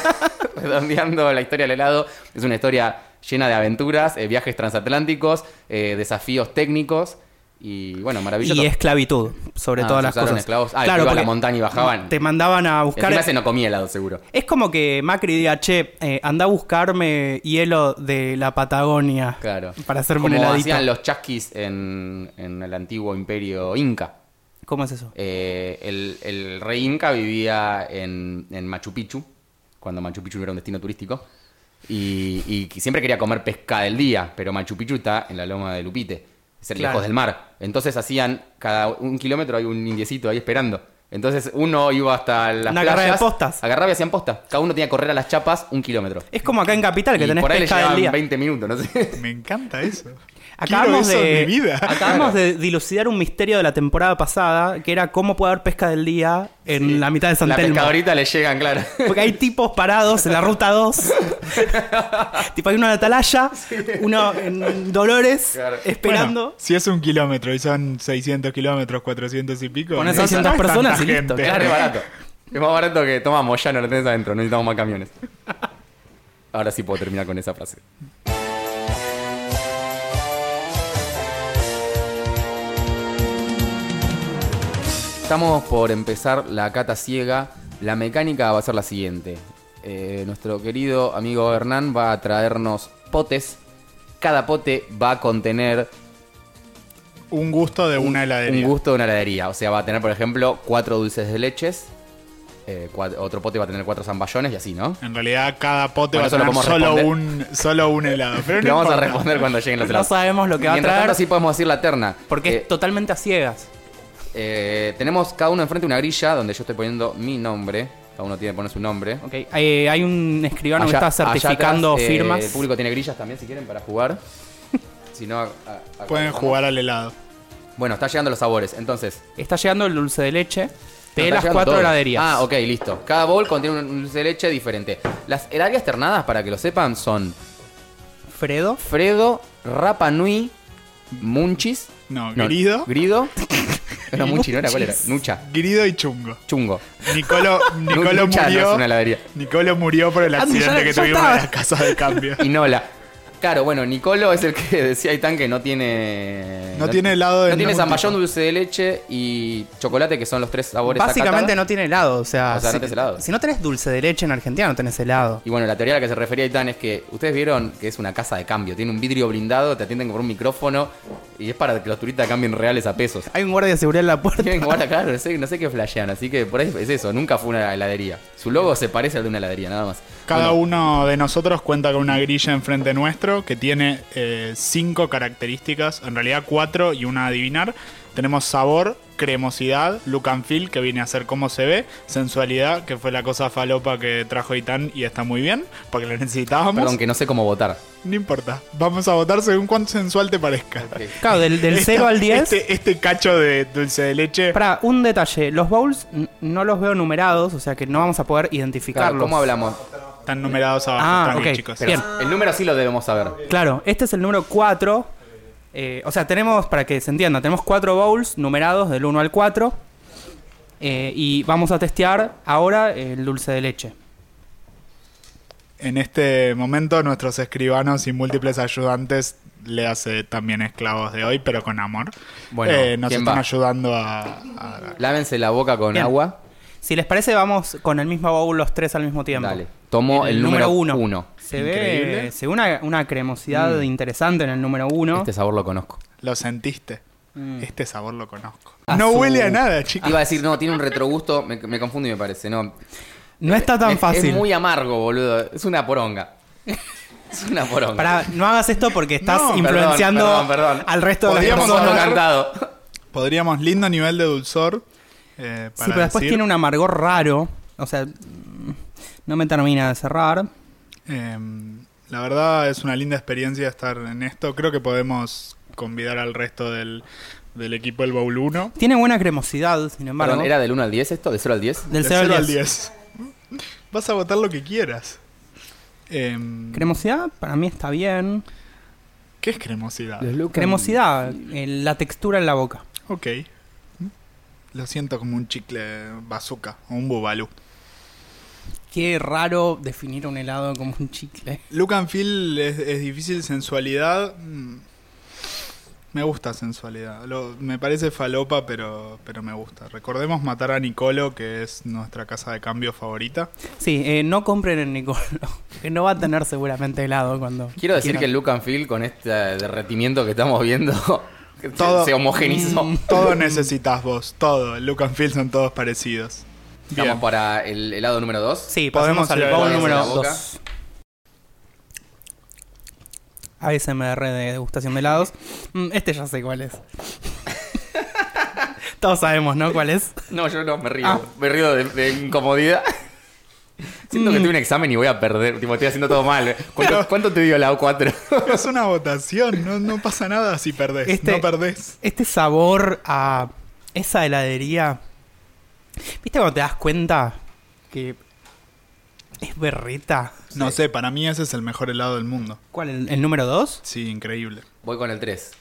S2: redondeando la historia del helado, es una historia llena de aventuras, eh, viajes transatlánticos, eh, desafíos técnicos y, bueno, maravilloso.
S3: Y esclavitud, sobre
S2: Ah,
S3: todas
S2: se
S3: las
S2: usaron
S3: cosas.
S2: esclavos. Ah, que iba a la
S3: porque
S2: montaña y bajaban.
S3: Te mandaban a buscar.
S2: Encima ese no comía helado, seguro.
S3: Es como que Macri diga, che, eh, anda a buscarme hielo de la Patagonia.
S2: Claro.
S3: Para hacerme un
S2: Como
S3: heladito.
S2: hacían los chasquis en, en el antiguo imperio inca.
S3: ¿Cómo es eso?
S2: Eh, el, el rey Inca vivía en, en Machu Picchu, cuando Machu Picchu era un destino turístico, y, y siempre quería comer pesca del día, pero Machu Picchu está en la loma de Lupite, es el
S3: Claro.
S2: lejos del mar. Entonces hacían, cada un kilómetro hay un indiecito ahí esperando. Entonces uno iba hasta las
S3: Una carrera de
S2: playas,
S3: postas.
S2: Agarraba y hacían postas. Cada uno tenía que correr a las chapas un kilómetro.
S3: Es como acá en Capital, que
S2: Y
S3: tenés
S2: por ahí le
S3: pesca del
S2: llevaban
S3: día.
S2: 20 minutos, no sé.
S4: Me encanta eso. Quiero
S3: Acabamos
S4: eso
S3: de,
S4: en mi
S2: Ah,
S4: vida.
S3: acabamos de dilucidar un misterio de la temporada pasada, que era cómo puede haber pesca del día en la mitad de San
S2: La
S3: Telmo.
S2: pescadorita le llegan, claro.
S3: Porque hay tipos parados en la ruta 2. tipo, hay uno en Atalaya, uno en Dolores,
S2: Claro.
S3: esperando.
S4: Bueno, si es un kilómetro y son 600 kilómetros, 400 y pico.
S3: Pones
S4: no
S3: 600
S4: hay tanta
S3: personas y listo,
S2: Es re barato. Es más barato que tomamos, ya no lo tenés adentro, necesitamos más camiones. Ahora sí puedo terminar con esa frase. Estamos por empezar la cata ciega. La mecánica va a ser la siguiente. Eh, nuestro querido amigo Hernán va a traernos potes. Cada pote va a contener
S4: Un gusto de una heladería.
S2: un gusto de una heladería. O sea, va a tener, por ejemplo, cuatro dulces de leches. eh, cua- otro pote va a tener cuatro zamballones y así, ¿no?
S4: En realidad, cada pote
S2: Bueno,
S4: va a
S2: eso lo
S4: tener solo
S2: podemos
S4: un, solo un helado. Pero
S2: Lo
S4: no
S2: vamos a
S4: importa.
S2: responder cuando lleguen los
S3: No
S2: helados.
S3: sabemos lo que va a
S2: Mientras
S3: traer.
S2: tanto, sí podemos decir la terna.
S3: Porque
S2: Eh,
S3: es totalmente a ciegas.
S2: eh, tenemos cada uno enfrente una grilla donde yo estoy poniendo mi nombre. Cada uno tiene que poner su nombre.
S3: Ok, Hay, hay un escribano
S2: Allá-
S3: que está
S2: allá atrás,
S3: certificando
S2: eh,
S3: firmas.
S2: el público tiene grillas también si quieren para jugar. si no, a- a- a-
S4: Pueden jugar al helado.
S2: Bueno, está llegando los sabores. Entonces,
S3: Está llegando el dulce de leche
S2: No,
S3: de
S2: está
S3: las
S2: llegando
S3: cuatro
S2: todo.
S3: heladerías.
S2: Ah, ok, listo. Cada bowl contiene un dulce de leche diferente. Las heladerías ternadas, para que lo sepan, son
S3: Fredo.
S2: Fredo, Rapa Nui, Munchis.
S4: No, Grido.
S2: Grido. Era Munchi, ¿no era? ¿Cuál era?
S3: Munchis.
S2: Nucha.
S4: Grido y chungo.
S2: Chungo.
S4: Nicolo,
S2: Nu-
S4: Nicolo
S2: Nucha no es una
S4: murió.
S2: heladería.
S4: Nicolo murió por el
S3: Andy, Ah, ya-
S4: accidente que
S3: ya
S4: tuvimos
S3: estaba.
S4: en la casa de cambio.
S2: Y Nola. Claro, bueno, Nicolo es el que decía Itán que no tiene.
S4: No tiene helado de
S2: No tiene
S4: ningún
S2: zamballón,
S4: tipo.
S2: dulce de leche y chocolate, que son los tres sabores
S3: Básicamente
S2: acatados.
S3: no tiene helado, o sea,
S2: O sea, no
S3: si,
S2: tenés helado.
S3: si no tenés dulce de leche en Argentina no tenés helado.
S2: Y bueno, la teoría a la que se refería Itán es que ustedes vieron que es una casa de cambio. Tiene un vidrio blindado, te atienden por un micrófono y es para que los turistas cambien reales a pesos.
S3: Hay un guardia de seguridad en la puerta.
S2: Tienen que guardar, claro, no sé, no sé qué flashean, así que por ahí es eso. Nunca fue una heladería. Su logo se parece al de una heladería, nada más.
S4: Cada
S2: Bueno,
S4: uno de nosotros cuenta con una grilla enfrente nuestro que tiene eh, cinco características, en realidad cuatro y una a adivinar. Tenemos sabor, cremosidad, look and feel, que viene a ser cómo se ve, sensualidad, que fue la cosa falopa que trajo Itán y está muy bien, porque la necesitábamos.
S2: Perdón, que no sé cómo votar.
S4: No importa, vamos a votar según cuán sensual te parezca.
S3: Claro, del, del
S4: Esta-
S3: 0 al 10.
S4: Este, este cacho de dulce de leche.
S3: Para un detalle, los bowls n- no los veo numerados, o sea que no vamos a poder identificarlos.
S2: Claro, ¿cómo hablamos?
S4: Están numerados abajo,
S3: Ah,
S4: tranqui,
S3: ok,
S4: chicos.
S3: pero- Bien.
S2: El número sí lo debemos saber.
S3: Claro, este es el número 4. o sea, tenemos, para que se entienda, tenemos cuatro bowls numerados del 1 al 4. y vamos a testear ahora el dulce de leche.
S4: En este momento, nuestros escribanos y múltiples ayudantes, le hace también esclavos de hoy, pero con amor,
S2: Bueno,
S4: eh, nos
S2: ¿quién
S4: están
S2: va?
S4: ayudando a, a-
S2: Lávense la boca con
S3: Bien.
S2: agua.
S3: Si les parece, vamos con el mismo bowl los tres al mismo tiempo.
S2: Dale. Tomo el, número uno. Mm.
S3: Se
S4: Increíble.
S3: ve, se ve una, una cremosidad interesante en el número 1.
S2: Este sabor lo conozco.
S4: Lo sentiste.
S2: Mm.
S4: Este sabor lo conozco.
S2: A
S4: no
S2: su-
S4: huele a nada, chicos.
S2: Iba a decir, no, tiene un retrogusto. Me, me confundo y me parece, no.
S3: no está tan
S2: Es-
S3: fácil.
S2: Es muy amargo, boludo. Es una poronga. Es una poronga.
S3: Pará, no hagas esto porque estás
S4: No, perdón,
S3: influenciando
S2: perdón, perdón.
S3: al resto de las
S4: Podríamos
S2: Podríamos
S3: personas.
S2: haberlo
S4: hablar-
S2: cantado.
S4: Podríamos, lindo nivel de dulzor. eh,
S3: Sí,
S4: para
S3: pero después
S4: decir.
S3: tiene un amargor raro. O sea, mm, no me termina de cerrar.
S4: Eh, la verdad es una linda experiencia estar en esto. Creo que podemos convidar al resto del, del equipo del Bowl 1.
S3: Tiene buena cremosidad, sin embargo.
S2: Perdón, ¿era del 1 al 10 esto? ¿De 0 al 10?
S3: Del
S4: De
S3: 0
S4: cero
S3: al 10.
S4: Vas a votar lo que quieras. Em,
S3: Cremosidad para mí está bien.
S4: ¿Qué es cremosidad?
S3: Cremosidad, eh, la textura en la boca.
S4: Ok. Lo siento como un chicle bazooka o un bubalú.
S3: Qué raro definir un helado como un chicle.
S4: Look and feel es, es difícil, sensualidad. mm, Me gusta sensualidad. Lo- me parece falopa, pero, pero me gusta. Recordemos matar a Nicolo, que es nuestra casa de cambio favorita.
S3: Sí, eh, no compren el Nicolo, que no va a tener seguramente helado cuando.
S2: Quiero decir
S3: quieran.
S2: que el look and feel con este derretimiento que estamos viendo
S4: Todo-
S2: se homogenizó.
S3: Mm,
S4: Mm. Todo necesitas vos, todo. Look and feel son todos parecidos.
S2: Vamos para el helado número 2.
S3: Sí,
S4: Podemos
S3: pasemos al
S4: ir
S3: bowl
S4: al-
S3: número
S2: a la boca.
S3: 2. ASMR de degustación de helados. Mm, Este ya sé cuál es. Todos sabemos, ¿no? ¿Cuál es?
S2: No, yo no, me río.
S3: Ah.
S2: Me río de, de incomodidad. Siento que
S3: Mm.
S2: tuve un examen y voy a perder. Tipo, estoy haciendo todo mal. ¿Cuánto, cuánto te dio la O4?
S4: Es una votación, no, no pasa nada si perdés.
S3: Este-
S4: No perdés.
S3: Este sabor a esa heladería. ¿Viste cuando te das cuenta que es berreta?
S4: No sé, para mí ese es el mejor helado del mundo.
S3: ¿Cuál? ¿El, el número 2?
S4: Sí, increíble.
S2: Voy con el 3.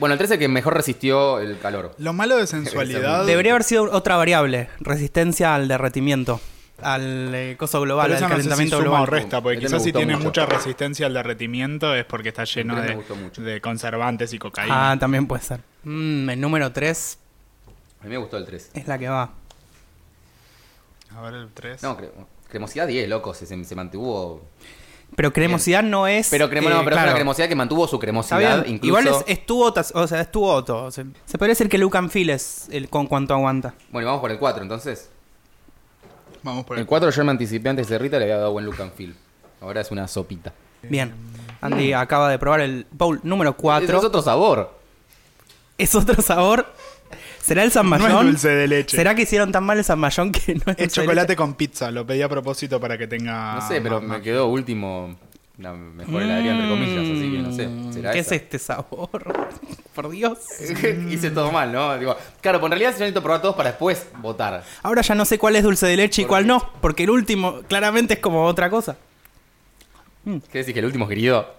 S2: Bueno, el 3 es el que mejor resistió el calor.
S4: Lo malo de sensualidad.
S3: Debería haber sido otra variable. Resistencia al derretimiento. Al eh, coso global,
S4: Pero
S3: al
S4: esa no sé si
S3: calentamiento
S4: suma o
S3: global.
S4: resta, porque
S2: Este me
S4: quizás si
S2: gustó
S4: tiene
S2: mucho.
S4: mucha resistencia al derretimiento es porque está lleno
S2: Este me
S4: de,
S2: gustó mucho.
S4: de conservantes y cocaína.
S3: Ah, también puede ser. Mm, el número 3
S2: A mí me gustó el 3.
S3: es la que va.
S4: A ver el 3.
S2: No, cre- cremosidad 10, loco. Se, se mantuvo.
S3: Pero cremosidad no es.
S2: Pero, cremo,
S3: eh,
S2: no, pero es
S3: claro.
S2: una cremosidad que mantuvo su
S3: Está
S2: cremosidad.
S3: bien.
S2: Incluso,
S3: Igual es, es tu otas, o sea, es tu oto. o sea, se podría decir que Luke and Phil es el con cuanto aguanta.
S2: Bueno, vamos por el 4 entonces.
S4: Vamos por
S2: El
S4: el
S2: 4 yo me anticipé antes de Rita le había dado buen look and feel. Ahora es una sopita.
S3: Bien. Andy acaba de probar el bowl número
S2: Ese
S3: 4.
S2: Es otro sabor.
S3: Es otro sabor. ¿Será el San
S4: No
S3: Mayón?
S4: es dulce de leche.
S3: ¿Será que hicieron tan mal el San Mayón que no es dulce de
S4: Es chocolate con pizza, lo pedí a propósito para que tenga.
S2: No sé, pero
S4: Ah, más-
S2: me quedó último. La mejor heladería, entre comillas, así que no sé.
S3: leche?
S2: ¿Será
S3: ¿Qué
S2: esa?
S3: es este sabor? Por Dios.
S2: Hice todo mal, ¿no? Digo, claro, pues en realidad yo necesito probar todos para después votar.
S3: Ahora ya no sé cuál es dulce de leche y
S2: Por
S3: cuál
S2: Dios.
S3: no, porque el último claramente es como otra cosa.
S2: ¿Qué decís que el último es querido?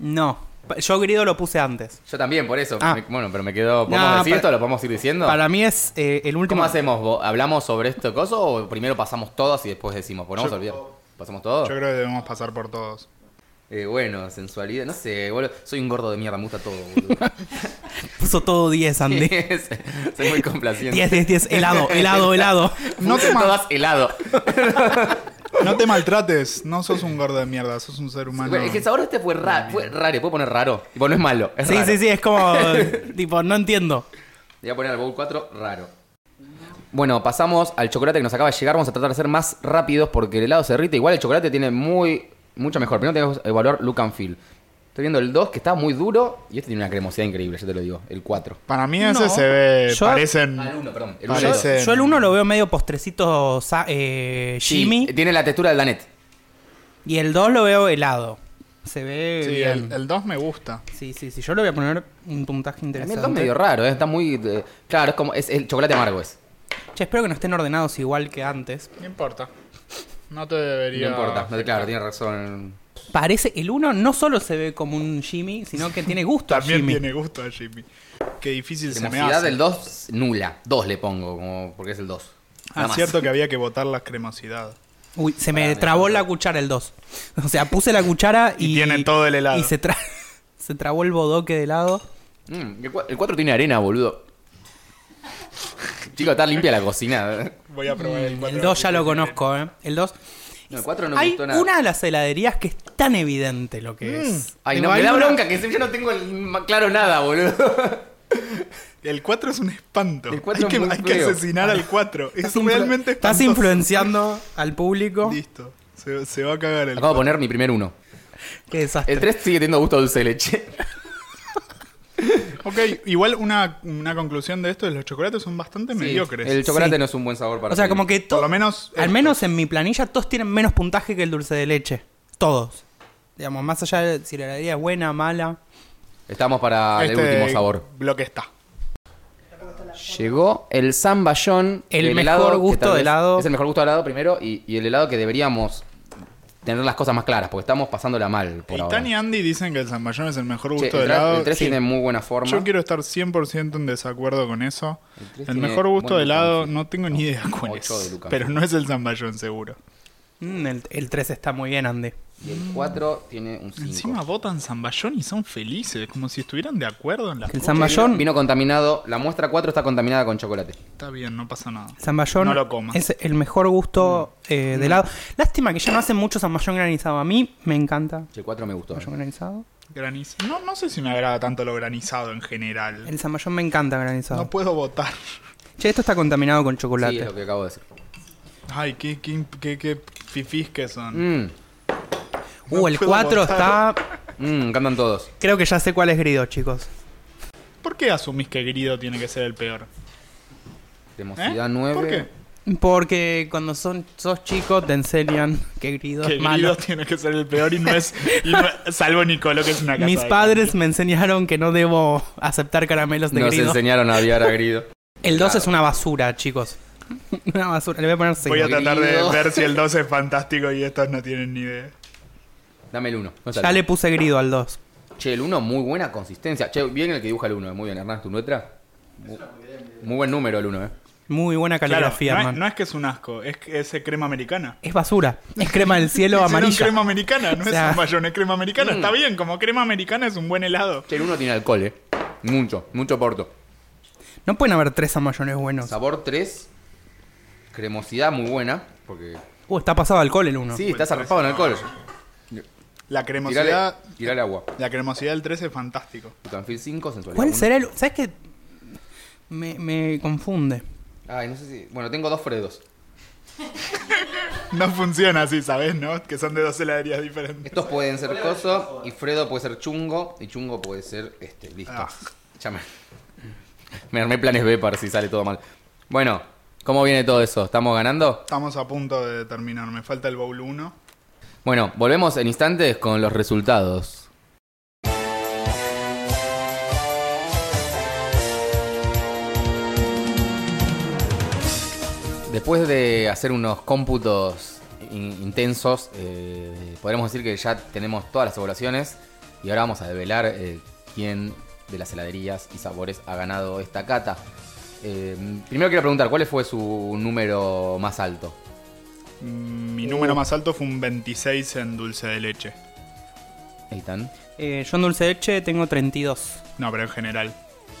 S3: No, pa- yo grido lo puse antes.
S2: Yo también, por eso.
S3: Ah.
S2: Me- bueno, pero me quedó. ¿Podemos
S3: No,
S2: decir
S3: para-
S2: esto? ¿Lo podemos ir diciendo?
S3: Para mí es eh, el último.
S2: ¿Cómo hacemos? ¿Vo- ¿Hablamos sobre esto coso o primero pasamos todos y después decimos? Ponemos
S4: Yo-
S2: a olvidar. ¿Pasamos todos?
S4: Yo creo que debemos pasar por todos.
S2: Eh, bueno, sensualidad. No sé, boludo. Soy un gordo de mierda, me gusta todo, boludo.
S3: Puso todo 10, Andy.
S2: Soy muy complaciente.
S3: 10, 10, 10. Helado, helado, helado.
S4: No te, ma-
S2: todas helado.
S4: no te maltrates, no sos un gordo de mierda, sos un ser humano.
S2: Es que el sabor este fue, ra- fue raro. Puedo poner raro. Tipo, no es malo. Es
S3: Sí,
S2: raro.
S3: sí, sí, es como. tipo, no entiendo.
S2: Le Voy a poner al bowl 4 raro. Bueno, pasamos al chocolate que nos acaba de llegar. Vamos a tratar de ser más rápidos porque el helado se derrite. Igual el chocolate tiene muy mucho mejor. Primero tenemos que evaluar look and feel. Estoy viendo el 2 que está muy duro y este tiene una cremosidad increíble, ya te lo digo. El 4.
S4: Para mí ese
S3: No,
S4: se ve.
S3: yo-
S4: Parecen.
S2: Ah, el 1, perdón. El
S4: Parece-
S2: uno.
S4: Ese-
S3: Yo el uno lo veo medio postrecito sa- eh,
S2: Sí,
S3: Jimmy.
S2: tiene la textura del Danet.
S3: Y el 2 lo veo helado. Se ve
S4: Sí,
S3: bien.
S4: el 2 me gusta.
S3: Sí, sí, sí. Yo le voy a poner un puntaje
S2: También
S3: interesante.
S2: está medio raro, eh, está muy. eh, claro, es como. Es el chocolate amargo es.
S3: Che, espero que no estén ordenados igual que antes.
S4: No importa. No te
S2: No
S4: debería.
S2: importa. No, claro, tiene razón.
S3: Parece, el 1 no solo se ve como un Jimmy, sino que tiene gusto a
S4: También
S3: Jimmy.
S4: tiene gusto a Jimmy. Qué difícil se me
S2: Cremosidad
S4: hace.
S2: del 2, nula. 2 le pongo, como porque es el 2.
S4: Ah, cierto que había que votar la cremosidad.
S3: Uy, se me trabó la cuchara el 2. O sea, puse la cuchara y.
S4: Y tiene todo el helado.
S3: Y se, tra- se trabó el bodoque de helado.
S2: Mm, el 4 tiene arena, boludo. Chico, está limpia la cocina.
S4: Voy a probar el
S3: Mm,
S4: 4.
S3: El 2 ya lo conozco, ¿eh? El 2.
S2: No, el 4 no me
S3: Hay
S2: gustó nada.
S3: una de las heladerías que es tan evidente lo
S4: Mm,
S3: que es.
S2: Ay,
S4: Tengo
S2: no, me
S4: ahí
S2: da
S4: una-
S2: bronca, que yo no tengo el- ma- claro nada, boludo.
S4: El 4 es un espanto.
S2: El cuatro
S4: hay que,
S2: es muy
S4: hay que
S2: feo.
S4: asesinar al 4. Es
S3: Estás influ-
S4: realmente
S3: Estás
S4: espantoso.
S3: influenciando al público.
S4: Listo. Se, se va a cagar el.
S2: Acabo de poner mi primer uno.
S3: Qué desastre.
S2: El 3 sigue teniendo gusto a dulce de leche.
S4: Ok, igual una, una conclusión de esto es los chocolates son bastante mediocres.
S2: El chocolate
S3: Sí.
S2: no es un buen sabor para
S3: O sea,
S2: mí.
S3: como que
S4: Por
S3: todo.
S4: lo menos.
S3: Al
S4: estos.
S3: menos en mi planilla todos tienen menos puntaje que el dulce de leche. Todos. Digamos, más allá de si la heladería es buena, mala.
S2: Estamos para el
S4: Este
S2: Ah, último sabor.
S4: Bloque está.
S2: Llegó el zambayón.
S3: El mejor
S2: que
S3: gusto
S2: tal
S3: de
S2: vez
S3: helado.
S2: Es el mejor gusto de helado primero y, y el helado que deberíamos tener las cosas más claras porque estamos pasándola mal por ahora.
S4: Eitan y Andy dicen que el zamballón es el mejor gusto
S2: Che,
S4: de
S2: el, 3,
S4: helado. Sí.
S2: tiene muy buena forma.
S4: Yo quiero estar 100% en desacuerdo con eso.
S2: El tres
S4: El,
S2: tiene
S4: mejor gusto
S2: buen
S4: de helado,
S2: Lucas.
S4: no tengo ni idea cuál
S2: Ocho de
S4: es.
S2: Lucas.
S4: Pero no es el zamballón, seguro.
S3: Mm, el, 3 está muy bien, Andy.
S2: Y el 4 tiene un 5.
S4: Encima votan zamballón y son felices, como si estuvieran de acuerdo en la.
S3: El Zambayón.
S2: Vino contaminado. La muestra 4 está contaminada con chocolate.
S4: Está bien, no pasa nada.
S3: Zamballón
S4: No lo Mm. comas.
S3: es el mejor gusto eh, de helado. Lástima que ya no hacen mucho zamballón granizado. A mí me encanta
S2: El 4 me gustó. eh.
S3: zamballón granizado.
S4: Graniz... No, no sé si me agrada tanto lo granizado en general.
S3: El zamballón me encanta granizado.
S4: No puedo votar.
S3: Che, esto está contaminado con chocolate.
S2: Sí, es lo que acabo de decir.
S4: Ay, qué, qué, qué, qué fifís que
S3: Mm.
S4: son.
S2: Mmm,
S3: uh,
S4: no
S3: el
S4: puedo
S3: 4
S4: votar.
S3: está...
S2: mmm, encantan todos.
S3: Creo que ya sé cuál es Grido, chicos.
S4: ¿Por qué asumís que Grido tiene que ser el peor?
S2: Cremosidad
S4: ¿Eh?
S2: 9.
S4: ¿Por qué?
S3: Porque cuando son, sos chico te enseñan que Grido
S4: Que
S3: es
S4: Grido
S3: malo.
S4: tiene que ser el peor y no es. y no es- salvo Nicolo, que es una casa
S3: Mis
S4: de
S3: padres me enseñaron que no debo aceptar caramelos de
S2: Nos
S3: Grido.
S2: enseñaron a odiar a Grido.
S3: El 2
S2: Claro.
S3: es una basura, chicos. Una basura. Le voy a poner 6.
S4: Voy a tratar de
S2: Grido.
S4: ver si el 2 es fantástico y estos no tienen ni idea.
S2: Dame el 1.
S3: Ya le puse grido al 2.
S2: Che, el 1, muy buena consistencia. Che, bien el que dibuja el 1. Muy bien, Hernán, tu letra. Muy, muy buen número el 1, eh.
S3: Muy buena
S4: Claro,
S3: caligrafía,
S4: no es,
S3: hermano.
S4: no es que es un asco, es que es crema americana.
S3: Es basura. Es crema del cielo
S4: Hicieron
S3: amarilla.
S4: crema americana, no
S3: O sea- Mm.
S4: es un mayón, es crema americana. Está bien, como crema americana es un buen helado.
S2: Che, el 1 tiene alcohol, eh. Mucho, mucho porto.
S3: No pueden haber tres amayones buenos.
S2: Sabor 3. Cremosidad muy buena. Porque.
S3: Uh, está pasado alcohol el 1.
S2: Sí, está zarpado en alcohol.
S4: La
S2: Tirale,
S4: cremosidad,
S2: tirale agua.
S4: la cremosidad del 3 es fantástico.
S2: Tucanfil 5, sensualidad.
S3: ¿Cuál
S2: uno.
S3: será el...? ¿Sabes qué? Me, me confunde.
S2: Ay, no sé si. Bueno, tengo dos Fredos.
S4: No funciona así, ¿sabes? ¿No? Que son de dos heladerías diferentes.
S2: Estos pueden ser coso y Fredo puede ser chungo y chungo puede ser este, listo.
S4: Ah.
S2: Ya me, me armé planes B para si sale todo mal. Bueno, ¿cómo viene todo eso? ¿Estamos ganando?
S4: Estamos a punto de terminar. Me falta el bowl 1.
S2: Bueno, volvemos en instantes con los resultados. Después de hacer unos cómputos in- intensos, eh, podremos decir que ya tenemos todas las evaluaciones y ahora vamos a develar eh, quién de las heladerías y sabores ha ganado esta cata. Eh, primero quiero preguntar, ¿cuál fue su número más alto?
S4: Mi
S3: Uh.
S4: número más alto fue un 26 en dulce de leche.
S2: Eitan.
S3: Eh, yo en dulce de leche tengo 32.
S4: No, pero en general.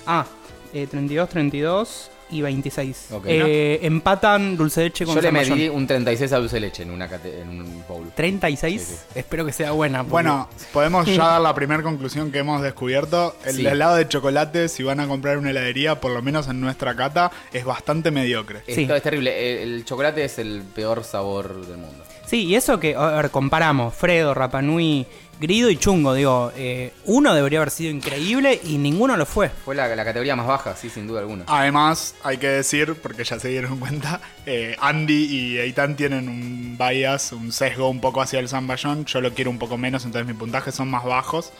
S3: Ah, eh, 32, 32 y 26.
S2: Ok.
S3: Eh, Empatan dulce de leche con
S2: Yo le
S3: Samayón.
S2: medí un 36 a dulce de leche en, una cate- en un bowl.
S3: 36.
S2: Sí,
S3: Espero que sea buena. porque-
S4: Bueno, podemos ya dar la primera conclusión que hemos descubierto. El
S2: Sí.
S4: helado de chocolate, si van a comprar una heladería, por lo menos en nuestra cata, es bastante mediocre.
S3: Sí.
S2: Esto es terrible. El, el chocolate es el peor sabor del mundo.
S3: Sí, y eso que, a ver, comparamos, Fredo, Rapanui, Grido y Chungo, digo, eh, uno debería haber sido increíble y ninguno lo fue.
S2: Fue la, la categoría más baja, sí, sin duda alguna.
S3: Ah,
S4: Además, hay que decir, porque ya se dieron cuenta, eh, Andy y Eitan tienen un bias, un sesgo un poco hacia el Zamballón. Yo lo quiero un poco menos, entonces mis puntajes son más bajos.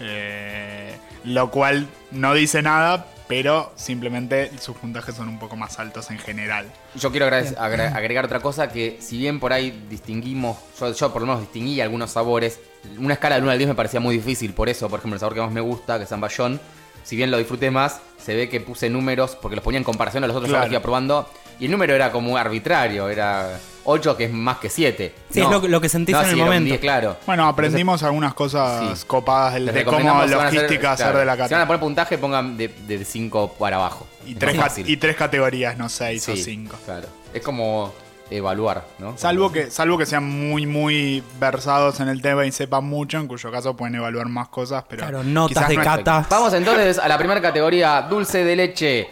S4: Eh, lo cual no dice nada, pero simplemente sus puntajes son un poco más altos en general.
S2: Yo quiero agradec- agra- agregar otra cosa que si bien por ahí distinguimos, yo, yo por lo menos distinguí algunos sabores, una escala del 1 al 10 me parecía muy difícil, por eso, por ejemplo, el sabor que más me gusta, que es zamballón, si bien lo disfruté más, se ve que puse números porque los ponía en comparación a los otros
S4: Claro.
S2: sabores que iba probando y el número era como arbitrario, era 8 que es más que 7.
S3: Sí, es lo- lo que sentís en el
S2: sí, era un
S3: momento.
S2: 10, claro.
S4: Bueno, aprendimos algunas cosas
S2: Sí.
S4: copadas del-
S2: Les
S4: de cómo
S2: recomendamos si van a
S4: logística hacer,
S2: claro,
S4: de la
S2: Si van a
S4: cata.
S2: poner puntaje, pongan de 5 para abajo.
S4: Y
S2: Es
S4: tres,
S2: más
S4: ca-
S2: fácil.
S4: y tres categorías, no seis o
S2: Sí,
S4: cinco.
S2: Claro. Es como evaluar, ¿no?
S4: Salvo que, salvo que sean muy, muy versados en el tema y sepan mucho, en cuyo caso pueden evaluar más cosas, pero.
S3: Claro, notas
S4: quizás
S3: de
S4: no es-
S3: cata.
S2: Vamos entonces a la primera categoría, dulce de leche.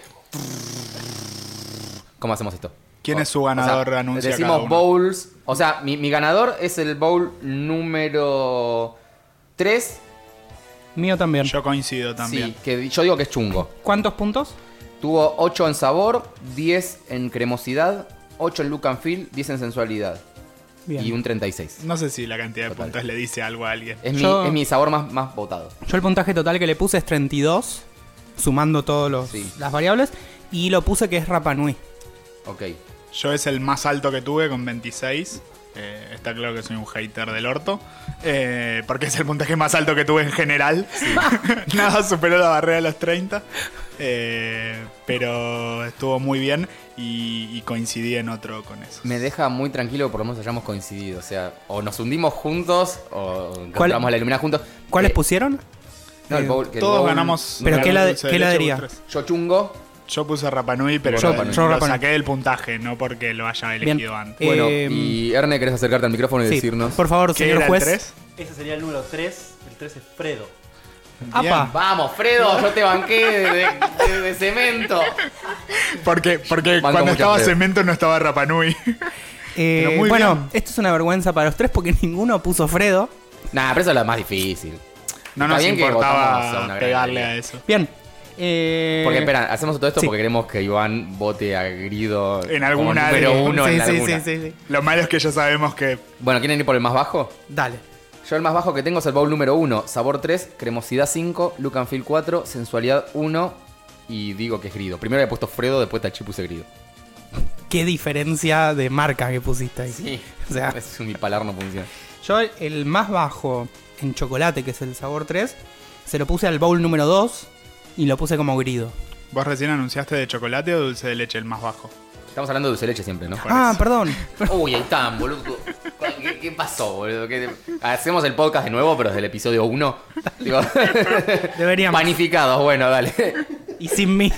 S2: ¿Cómo hacemos esto?
S4: ¿Quién
S2: O-
S4: es su ganador?
S2: o sea,
S4: Anuncia
S2: Decimos
S4: cada uno.
S2: bowls. O sea, mi, mi ganador es el bowl número 3.
S3: Mío también.
S4: Yo coincido también.
S2: Sí, que di- yo digo que es chungo.
S3: ¿Cuántos puntos?
S2: Tuvo 8 en sabor, 10 en cremosidad, 8 en look and feel, 10 en sensualidad
S3: Bien.
S2: y un 36.
S4: No sé si la cantidad de
S2: Total.
S4: puntos le dice algo a alguien.
S2: Es,
S3: Yo-
S2: mi, es mi sabor más, más votado.
S3: Yo el puntaje total que le puse es 32, sumando todas
S2: Sí.
S3: las variables, y lo puse que es Rapanui.
S2: Ok.
S4: Yo es el más alto que tuve con 26. Eh, está claro que soy un hater del orto. eh, porque es el puntaje más alto que tuve en general. Nada superó la barrera de los 30. eh, pero estuvo muy bien y, y coincidí en otro con eso.
S2: Me deja muy tranquilo que por lo menos hayamos coincidido. O sea, o nos hundimos juntos o encontramos la iluminada juntos.
S3: ¿Cuáles
S2: Eh,
S3: pusieron?
S2: no, el bowl- que el
S4: Todos
S2: bowl-
S4: ganamos.
S3: Pero ¿qué
S4: ganamos
S3: la-
S4: dulce de
S3: qué
S4: leche
S3: heladería?
S4: vos tres.
S2: Yo chungo.
S4: Yo puse Rapanui, pero
S2: Yo
S4: lo-
S2: Rapa Nui.
S4: lo,
S3: Yo Rapa Nui.
S4: saqué del puntaje, no porque lo haya elegido antes.
S3: Eh,
S2: Bueno, y Erne, ¿querés acercarte al micrófono y
S3: Sí.
S2: decirnos?
S3: Por favor,
S4: ¿Qué era
S3: Eh, señor
S4: el
S3: juez.
S4: tres?
S5: Ese sería Este el número 3, el 23 es Fredo.
S4: Bien.
S3: ¡Apa!
S2: Vamos, Fredo, yo te banqué de, de- de cemento.
S4: Porque, porque
S2: Banco
S4: cuando
S2: mucho
S4: estaba
S2: Fredo.
S4: Cemento no estaba Rapanui.
S3: Eh,
S4: Pero muy
S3: bueno,
S4: bien.
S3: esto es una vergüenza para los tres porque ninguno puso Fredo.
S2: Nah, pero eso es lo más difícil.
S4: No
S2: Está
S4: nos
S2: bien que votamos a una
S4: importaba
S2: gran
S4: pegarle
S2: mayoría.
S4: a eso.
S3: Bien. Eh,
S2: Porque, espera, hacemos todo esto
S3: sí.
S2: porque queremos que Iván vote a Grido
S4: En
S2: como
S4: alguna
S2: número
S4: de-
S2: uno
S3: sí,
S2: en
S3: sí,
S2: alguna.
S3: sí, sí, sí.
S4: Lo malo es que ya sabemos que
S2: Bueno, ¿quieren ir por el más bajo?
S3: Dale.
S2: Yo el más bajo que tengo es el bowl número 1, sabor 3, cremosidad 5, look and feel 4, sensualidad 1 y digo que es grido. Primero le he puesto Fredo, después Tachi puse grido.
S3: Qué diferencia de marca que pusiste ahí. O sea,
S2: es un bipolar no funciona.
S3: yo el, el más bajo en chocolate, que es el sabor 3, se lo puse al bowl número 2 y lo puse como grido.
S4: vos recién anunciaste de chocolate o dulce de leche el más bajo.
S2: Estamos hablando de dulce de leche siempre, ¿no?
S3: Ah, perdón.
S2: Uy, ahí están, boludo. ¿Qué, qué pasó, boludo? ¿Qué- Hacemos el podcast de nuevo, pero desde el episodio 1. Digo,
S3: Deberíamos.
S2: panificados, bueno, dale.
S3: Y sin mí.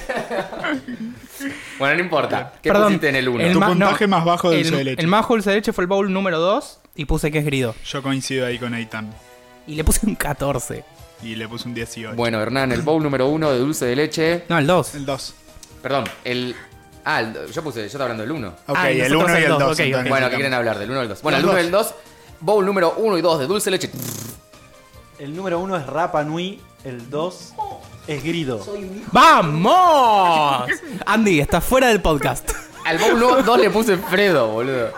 S2: Bueno, no importa. ¿Qué
S3: Perdón,
S2: pusiste en el 1?
S4: Tu
S3: ma-
S4: puntaje más bajo de
S3: el-
S4: dulce de leche.
S3: El más dulce de leche fue el bowl número 2 y puse que es grido.
S4: Yo coincido ahí con Eitan.
S3: Y le puse un 14.
S4: Y le puse un 18.
S2: Bueno, Hernán, el bowl número 1 de dulce de leche.
S3: No, el 2.
S4: El 2.
S2: Perdón, el. Ah, el- yo puse, yo estaba hablando del 1.
S4: Ok,
S3: Ah, y
S4: el
S3: nosotros
S4: 1 y
S3: el
S4: el
S3: dos,
S4: 2.
S3: ok, ok.
S2: Bueno, ¿qué quieren hablar? Del 1 al 2. Bueno, el
S4: Los
S2: 1 del 2, bowl número 1 y 2 de dulce de leche.
S5: El número uno es Rapa Nui, el 2 es Grido.
S3: ¡Vamos! Andy, estás fuera del podcast.
S2: Al bowl 2 le puse Fredo, boludo.